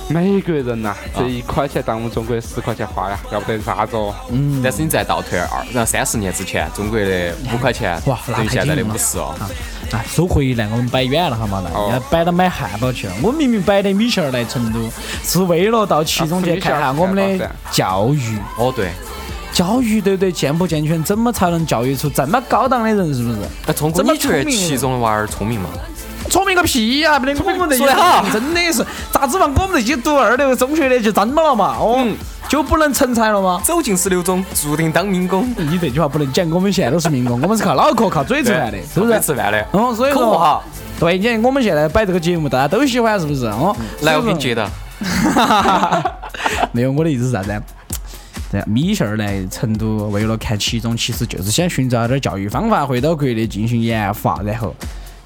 Speaker 6: 美国人呐，这一块钱当我们中国十块钱花呀，要不得啥子哦。
Speaker 5: 嗯
Speaker 2: 但是你再倒退二，然后三十年之前，中国的五块钱
Speaker 5: 哎哇那
Speaker 2: 等于
Speaker 5: 太
Speaker 2: 现在的
Speaker 5: 惊人了
Speaker 2: 五十哦。
Speaker 5: 啊，啊，说回来，我们摆远了哈嘛，
Speaker 6: 哦
Speaker 5: 那要摆到买汉堡去了。我明明摆的米线儿来成都，是为了到其中去看下我们的教育，
Speaker 2: 哦对，
Speaker 5: 教育对不对？健不健全？怎么才能教育出这么高档的人？是不是？
Speaker 2: 那中国
Speaker 5: 这么
Speaker 2: 你觉得
Speaker 5: 哦聪明
Speaker 2: 其中的娃儿聪明吗？
Speaker 5: 聪明个屁呀、没得我们这些
Speaker 2: 说得好
Speaker 5: 人真的是咋子嘛？我们这些读二流中学的就这么了嘛？哦，就不能成才了吗？
Speaker 2: 走进十六中，注定当民工，
Speaker 5: 你这句话不能讲，我们现在都是民工，我们是靠脑壳、靠嘴吃饭的，是不
Speaker 2: 对
Speaker 5: 是？
Speaker 2: 吃饭的。
Speaker 5: 哦，所以
Speaker 2: 口
Speaker 5: 说
Speaker 2: 哈，
Speaker 5: 对，你看我们现在摆这个节目，大家都喜欢，是不是？哦，
Speaker 2: 嗯来，我给你
Speaker 5: 接。
Speaker 2: 接到。
Speaker 5: 没有，我的意思是啥子？这样米线儿来成都，为了看其中，其实就是想寻找点儿教育方法，回到国内进行研发，然后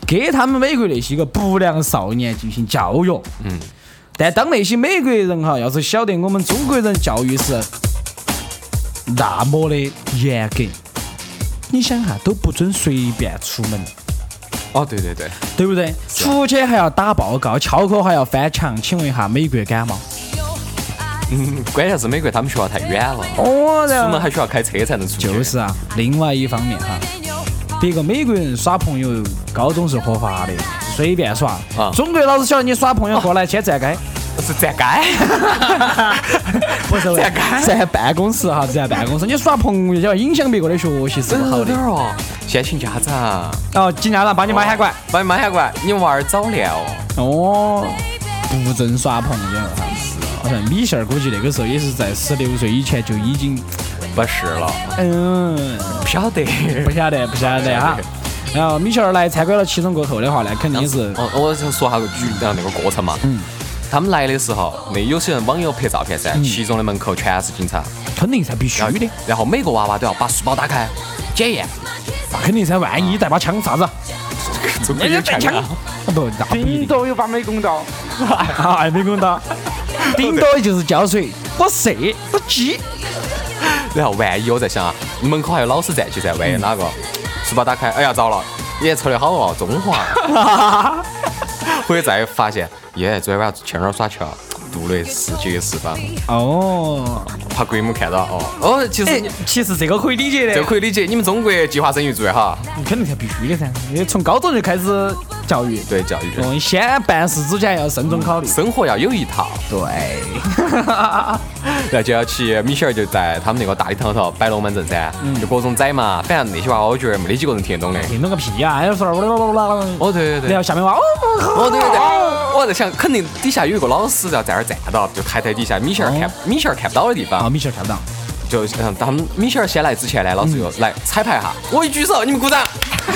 Speaker 5: 给他们美国那些个不良少年进行教育。
Speaker 2: 嗯。
Speaker 5: 但当那些美国人哈，要是晓得我们中国人教育是那么的严格，你想哈都不准随便出门，
Speaker 2: 哦对对对，
Speaker 5: 对不对？出去还要打报告，翘课还要翻墙，请问一下美国敢吗？
Speaker 2: 嗯，关键是美国他们学校太远了，
Speaker 5: 哦，然
Speaker 2: 出
Speaker 5: 后
Speaker 2: 门还需要开车才能出去。
Speaker 5: 就是啊，另外一方面哈，别个美国人耍朋友，高中是合法的，随便耍。
Speaker 2: 啊
Speaker 5: 中国老师晓得你耍朋友过来先站 街，
Speaker 2: 是 站街，
Speaker 5: 不是
Speaker 2: 站街
Speaker 5: 站办公室哈，站办公室，你耍朋友就要影响别个的学习是
Speaker 2: 真
Speaker 5: 不好
Speaker 2: 好 点
Speaker 5: 的。
Speaker 2: 儿哦。先请家长，
Speaker 5: 哦，进来了，把你妈喊过来。
Speaker 2: 把你妈喊过来，你娃儿早恋
Speaker 5: 哦，
Speaker 2: 哦。
Speaker 5: 不准耍朋友哈。好像米线儿估计那个时候也是在十六岁以前就已经，
Speaker 2: 不是了，
Speaker 5: 嗯，
Speaker 2: 不晓得。
Speaker 5: 不晓得不晓得哈。然后米线儿来参观了其中过后的话，那肯定是
Speaker 2: 哦，我想说下个举然后那个过程嘛。嗯。他们来的时候，那有些人网友拍照片噻，其中的门口全是警察，
Speaker 5: 肯定噻，必须
Speaker 2: 然后
Speaker 5: 的。
Speaker 2: 然后每个娃娃都要把书包打开检验，
Speaker 5: 那肯定噻，万一带把枪啥子？
Speaker 2: 中国有枪啊，
Speaker 5: 哦不，那不一
Speaker 6: 顶
Speaker 5: 定。
Speaker 6: 多有把美工刀，
Speaker 5: 啊，没跟到，顶多就是浇水。我射，我击。
Speaker 2: 然后万一我在想啊，门口还有老师站起噻，万一哪个书包打开，哎呀，糟了，耶，抽的好哦，中华。回去再发现，耶，昨天晚上去哪儿耍去了？杜蕾斯爵士吧，
Speaker 5: 哦，
Speaker 2: 怕鬼母看到哦。哦，其实
Speaker 8: 哎，其实这个可以理解
Speaker 2: 这
Speaker 8: 的，
Speaker 2: 可以理解，你们中国计划生育做得好，
Speaker 5: 你肯定是必须的噻，因为从高中就开始教育，
Speaker 2: 对教育，
Speaker 5: 从先办事之前要慎重考虑。
Speaker 2: 生活要有一套。
Speaker 5: 对，
Speaker 2: 然后就要去，米歇尔就在他们那个大礼堂头摆龙门阵噻，就各种宰嘛，反正那些娃娃我觉得没得几个人听得懂的。
Speaker 5: 听懂个屁呀！哎，说 我
Speaker 2: 哦，对对对
Speaker 5: 然后，下面娃哦，
Speaker 2: 哦对对对，我在想，肯定底下有一个老师要在那儿站到，就台台底下米歇尔看米歇尔看不到的地
Speaker 5: 啊，
Speaker 2: 方，
Speaker 5: 米歇尔看不到，
Speaker 2: 就嗯，他们米歇尔先来之前呢，老师就来彩排哈，我一举手，你们鼓掌，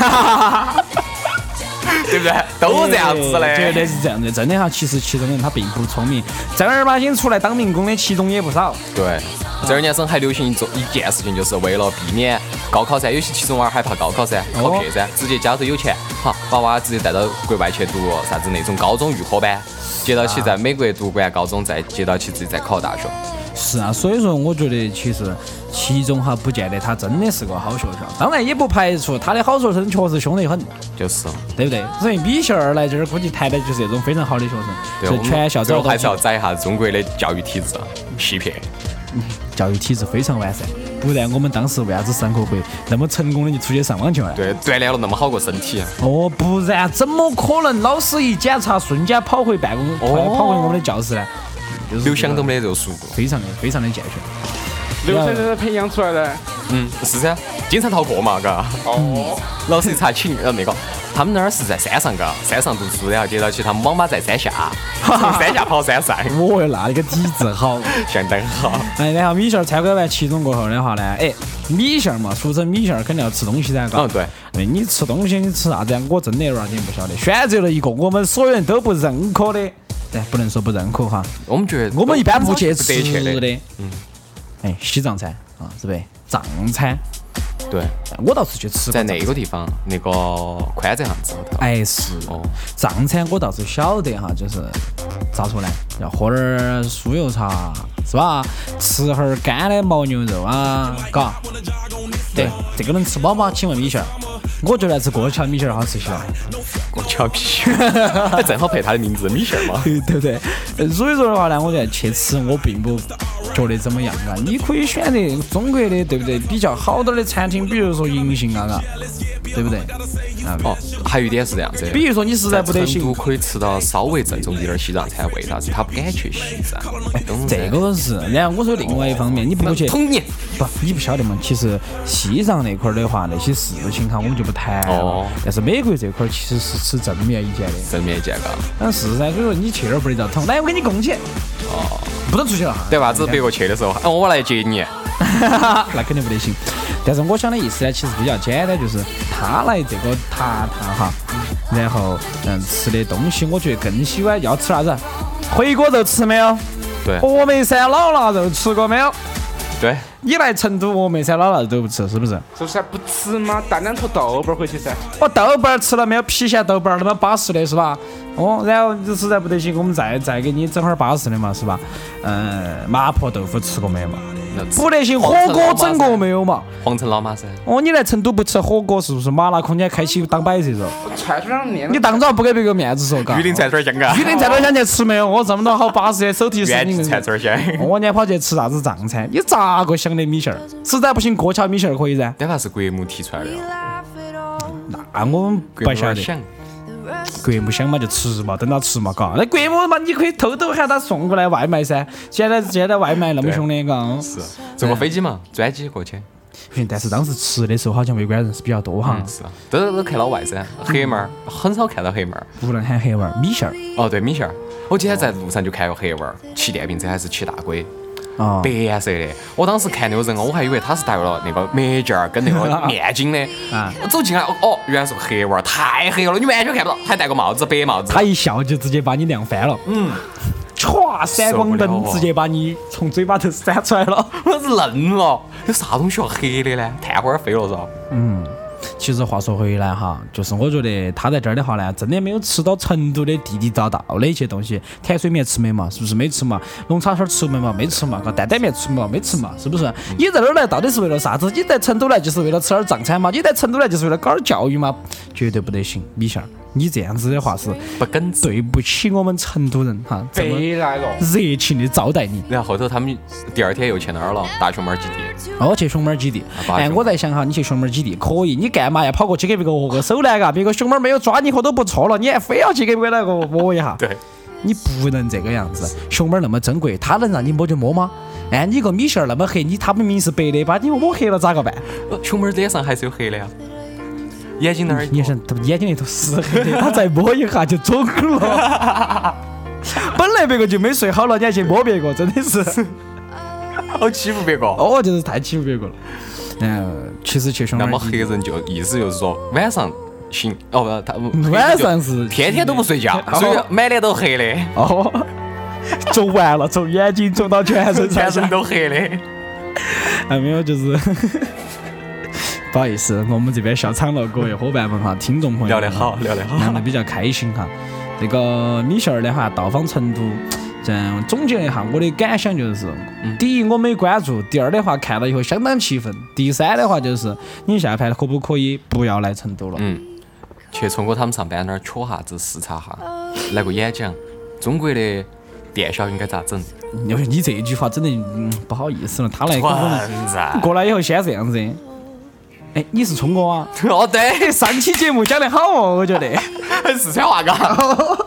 Speaker 2: 对不对？都这样子
Speaker 5: 哎绝
Speaker 2: 的。
Speaker 5: 对是这样的，真的哈。其实其中的人他并不聪明，正儿八经出来当民工的其中也不少。
Speaker 2: 对，这二年生还流行一种一件事情，就是为了避免高考噻，有些其中娃儿害怕高考噻，考
Speaker 5: 哦
Speaker 2: 撇噻，直接家头有钱，好把娃直接带到国外去读啥子那种高中预科班，接到
Speaker 5: 啊
Speaker 2: 起在美国读完高中，再接到起自己再考大学。
Speaker 5: 是啊，所以说我觉得其实其中哈不见得他真的是个好学生，当然也不排除他的好学生确实凶得很，
Speaker 2: 就是，
Speaker 5: 对不对？所以米歇尔来这儿估计谈的就是这种非常好的学
Speaker 2: 对，
Speaker 5: 生，
Speaker 2: 我
Speaker 5: 是
Speaker 2: 们
Speaker 5: 全校
Speaker 2: 最
Speaker 5: 找
Speaker 2: 后
Speaker 5: 到
Speaker 2: 还是要宰一下中国的教育体制，欺骗。
Speaker 5: 教育体制非常完善，不然我们当时为啥子上课会那么成功的就出去上网去了？
Speaker 2: 对，锻炼了那么好个身体，
Speaker 5: 哦，不然怎么可能老师一检查瞬间跑回办公，
Speaker 2: 哦
Speaker 5: 跑回我们的教室呢？就是
Speaker 2: 刘翔都没得肉熟过。
Speaker 5: 非常的非常的健全。
Speaker 6: 刘先生培养出来的。
Speaker 2: 嗯，是噻，经常逃课嘛，嘎。
Speaker 6: 哦，
Speaker 2: 老师一查寝，呃，那个他们那儿是在山上，嘎，山上读书，然后接到起他们网吧在山下，从山下跑山上，
Speaker 5: 我哟，那个体质好。
Speaker 2: 相当好。
Speaker 5: 哎，然后米线儿参观完其中过后的话呢，哎，米线儿嘛，俗称米线儿肯定要吃东西噻，嘎。
Speaker 2: 嗯，对，
Speaker 5: 哎，你吃东西，你吃啥子呀？我真的有点儿不晓得。选择了一个我们所有人都不认可的，哎，不能说不认可哈，
Speaker 2: 我们觉得
Speaker 5: 我们一般
Speaker 2: 不
Speaker 5: 不去
Speaker 2: 不
Speaker 5: 吃
Speaker 2: 得去的，
Speaker 5: 的。嗯。哎，西藏餐啊，是不是？藏餐，
Speaker 2: 对，
Speaker 5: 我倒是去吃过
Speaker 2: 在
Speaker 5: 藏
Speaker 2: 那
Speaker 5: 餐
Speaker 2: 个地方，那个宽窄巷子后头。
Speaker 5: 哎，是
Speaker 2: 哦
Speaker 5: 藏餐我倒是晓得哈，就是咋说呢，要喝点儿酥油茶是吧？吃点儿干的牦牛肉啊，嘎。对，这个能吃饱吗？请问米线儿，我觉得还是过桥米线儿好吃些，
Speaker 2: 我叫皮，正好配他的名字米线嘛。
Speaker 5: 对不对？呃所以说的话呢，我觉得去吃我并不觉得怎么样啊。你可以选择中国的，对不对？比较好点儿的餐厅，比如说银杏啊，嘎，对不对？啊，
Speaker 2: 哦，还有一点是这样子的，
Speaker 5: 比如说你实在不得
Speaker 2: 成
Speaker 5: 行
Speaker 2: 都，可以吃到稍微正宗一点儿西藏菜，为啥子他不敢去西藏？东山
Speaker 5: 这个是。然后我说另外一方面，你不去。
Speaker 2: 捅你！
Speaker 5: 不，你不晓得嘛？其实西藏那块儿的话，那些事情哈，我们就不谈了。
Speaker 2: 哦
Speaker 5: 但是美国这块儿其实是持正面意见的。
Speaker 2: 正面见个，
Speaker 5: 但是噻，所以说你去那儿不得遭捅，来我给你供起。哦，不能出去了哈。
Speaker 2: 对吧？子别个去的时候，哦，我来接你。
Speaker 5: 那肯定不得行。但是我想的意思呢，其实比较简单，就是他来这个谈谈哈，然后嗯，吃的东西，我觉得更喜欢要吃啥子？回锅肉吃没有？
Speaker 2: 对
Speaker 5: 峨眉山老腊肉吃过没有？
Speaker 2: 对，
Speaker 5: 你来成都峨眉山老腊肉都不吃，是不是？
Speaker 6: 这不是还不吃吗？带两坨豆瓣儿回去噻。
Speaker 5: 我哦豆瓣儿吃了没有？郫县豆瓣儿他妈巴适的是吧？哦，然后你实在不得行，我们再再给你整会儿巴适的嘛，是吧？嗯，麻婆豆腐吃过没有嘛？
Speaker 2: 那吃
Speaker 5: 不得行，火锅整过没有嘛？
Speaker 2: 皇城老妈噻，
Speaker 5: 哦，你来成都不吃火锅，是不是麻辣空间开启当摆设嗦？
Speaker 6: 我串串两年了
Speaker 5: 你，当着不给别个面子说，嘎。
Speaker 2: 榆林串串香啊
Speaker 5: 榆，林在哪儿想去吃没有？我这么多好巴适的手提式，
Speaker 2: 原
Speaker 5: 你
Speaker 2: 地
Speaker 5: 能
Speaker 2: 串串香。
Speaker 5: 我年跑去吃啥子藏餐？你咋个想的米线儿？实在不行，过桥米线儿可以噻。
Speaker 2: 那怕是国母提出来的哦，
Speaker 5: 那我们
Speaker 2: 国
Speaker 5: 不
Speaker 2: 母
Speaker 5: 晓
Speaker 2: 儿
Speaker 5: 得。
Speaker 2: 想，
Speaker 5: 国母想嘛就吃嘛，等到吃嘛，嘎。那国母嘛，你可以偷偷喊他送过来外卖噻。现在现在外卖那么凶的，嘎。
Speaker 2: 是坐过飞机嘛，专机过去，
Speaker 5: 不行，但是当时吃的时候好像围观人是比较多哈
Speaker 2: 嗯，，是啊，都都看老外噻，黑妹儿很少看到黑妹儿。
Speaker 5: 无论喊黑娃儿、米线儿
Speaker 2: 哦，对，米线儿，我今天在路上就看个黑娃儿，骑电瓶车还是骑大龟。
Speaker 5: 啊，
Speaker 2: 白颜色的。我当时看那个人哦，我还以为他是戴了那个墨镜儿跟那 个面巾的。
Speaker 5: 啊
Speaker 2: 我走进来，哦，原来是个黑娃儿，太黑了，你完全看不到，还戴个帽子，白帽子
Speaker 5: 他。一笑就直接把你晾翻了，嗯， 歘，闪光灯直接把你从嘴巴头闪出来了。
Speaker 2: 哦啊我是愣了，有啥东西要黑的呢？探花儿飞了嗦。
Speaker 5: 其实话说回来哈，就是我觉得他在这儿的话呢，真的没有吃到成都的地地道道的一些东西。甜水面吃没嘛？是不是没吃嘛？龙叉烧吃没嘛？没吃嘛？个担担面吃没嘛？没吃嘛？是不是？你在那儿来到底是为了啥子？你在成都来就是为了吃点儿藏餐嘛？你在成都来就是为了搞点儿教育嘛？绝对不得行，米线儿，你这样子的话是
Speaker 2: 不耿直。
Speaker 5: 对不起我们成都人哈，这么
Speaker 6: 白来了，
Speaker 5: 热情的招待你。
Speaker 2: 然后后头他们第二天又去那儿了，大熊猫基地。
Speaker 5: 哦，去熊猫基地。
Speaker 2: 啊八
Speaker 5: 哎，
Speaker 2: 熊
Speaker 5: 我在想哈，你去熊猫基地可以，你干嘛要跑过去给别个握个手呢？嘎，别个熊猫没有抓你，可都不错了，你还非要去给别个那个摸一下
Speaker 2: ？对，
Speaker 5: 你不能这个样子。熊猫那么珍贵，它能让你摸就摸吗？哎，你个米线儿那么黑，你它明明是白的，把你摸黑了咋个办？
Speaker 2: 呃熊猫脸上还是有黑的呀，眼睛那儿
Speaker 5: 嗯你看，眼睛里头是黑的，它再摸一下就肿了。 本来别个就没睡好了，你还去摸别个，真的是。
Speaker 2: 好欺负别个。
Speaker 5: 哦，就是太欺负别个了。嗯，其实去熊
Speaker 2: 那
Speaker 5: 猫
Speaker 2: 么
Speaker 5: 基
Speaker 2: 黑
Speaker 5: 地
Speaker 2: 人就意思就是说晚上行哦不，他们
Speaker 5: 晚上是嗯
Speaker 2: 天天都不睡觉，所以满脸都 黑的，
Speaker 5: 哦，肿完了，从眼睛肿到全身
Speaker 2: 全
Speaker 5: 上
Speaker 2: 身
Speaker 5: 下。
Speaker 2: 都黑 的。
Speaker 5: 还哎没有，就是。 不好意思，我们这边笑场了，各位伙伴们哈，听众朋友
Speaker 2: 聊
Speaker 5: 们
Speaker 2: 得好，，聊得好。
Speaker 5: 聊得比较开心哈。这个米线儿的话，到访成都，这样总结了一下我的感想就是：第一，我没关注；第二的话，看了以后相当气愤；第三的话就是，你下盘可不可以不要来成都了？
Speaker 2: 嗯，去聪哥他们上班那儿瞧哈子，视察哈，来个演讲，中国的电销应该咋整？
Speaker 5: 因为你这一句话真的、嗯、不好意思了，他来跟我们
Speaker 2: 团战。
Speaker 5: 过来以后先这样子。哎，你是聪哥啊？
Speaker 2: 哦对，
Speaker 5: 上期节目讲得好哦，我觉得，
Speaker 2: 四川话嘎。
Speaker 5: 哦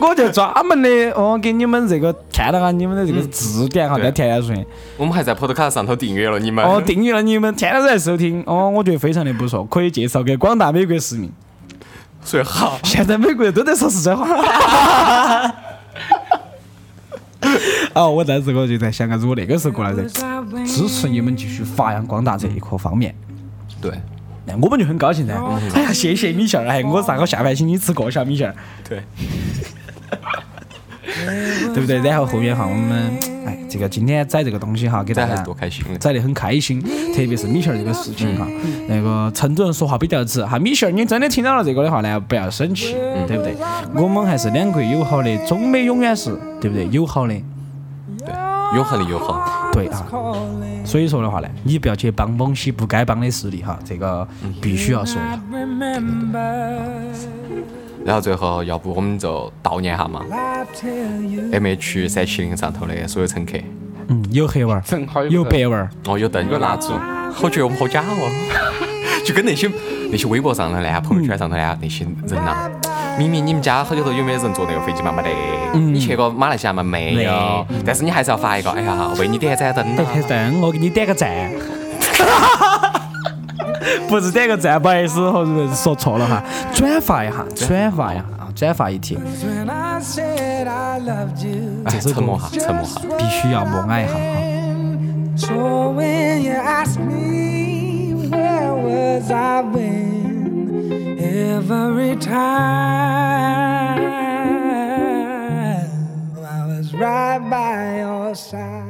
Speaker 5: 我就专门的哦给你们这个看了下你们的这个字典哈，
Speaker 2: 对哎
Speaker 5: 在甜甜顺，
Speaker 2: 我们还在 Podcast 上头订阅了你们。
Speaker 5: 哦订阅了你们，天天都在收听，哦我觉得非常的不错，可以介绍给广大美国市民。
Speaker 2: 最好。
Speaker 5: 现在美国人都在说四 川话。哦，我当时我就在想啊，如果那个时候过来人支持你们继续发扬光大这一个方面，
Speaker 2: 对
Speaker 5: 那我们就很高兴噻。哎呀，谢谢米线儿，哎，我上个下盘请你吃过小米线儿。
Speaker 2: 对，
Speaker 5: 对不对？然后后面哈，我们哎，这个今天宰这个东西哈，给大
Speaker 2: 这
Speaker 5: 家
Speaker 2: 还是多开心的。
Speaker 5: 宰得很开心，特别是米线儿这个事情哈，
Speaker 2: 嗯
Speaker 5: 那个成都人说话比较直哈，米线儿你真的听到了这个的话呢，不要生气，对不对？我们还是两国友好的，中美永远是对不对？友好的，
Speaker 2: 对，永恒的友好。
Speaker 5: 对啊。所以说的话呢，你不要去帮某些不该帮的势力哈，这个
Speaker 2: 嗯
Speaker 5: 必须要说一下。
Speaker 2: 然后最后，要不我们就悼念下嘛？M H 三七零上头的所有乘客。
Speaker 5: 嗯，有黑娃儿，
Speaker 6: 正好
Speaker 5: 有
Speaker 6: 有个
Speaker 5: 白娃儿，
Speaker 2: 哦，有灯有蜡烛，好觉得我们好假哦， 就跟那些那些微博上的呢、朋友圈上的呢那些人呐、明明你们家好久头有没有人坐那个飞机嘛？没得，你去过马来西亚嘛？没有，但是你还是要发一个，哎呀，为你点盏灯 呐
Speaker 5: 对，黑灯，我给你点个赞。 不是点个赞，不好意思，我说错了哈，转发一下，转发一下啊，转发一帖，
Speaker 2: 哎，
Speaker 5: 首歌
Speaker 2: 沉默哈，沉默哈，
Speaker 5: 必须要默哀一下哈。
Speaker 10: So when you ask me where was I when every time I was right by your side.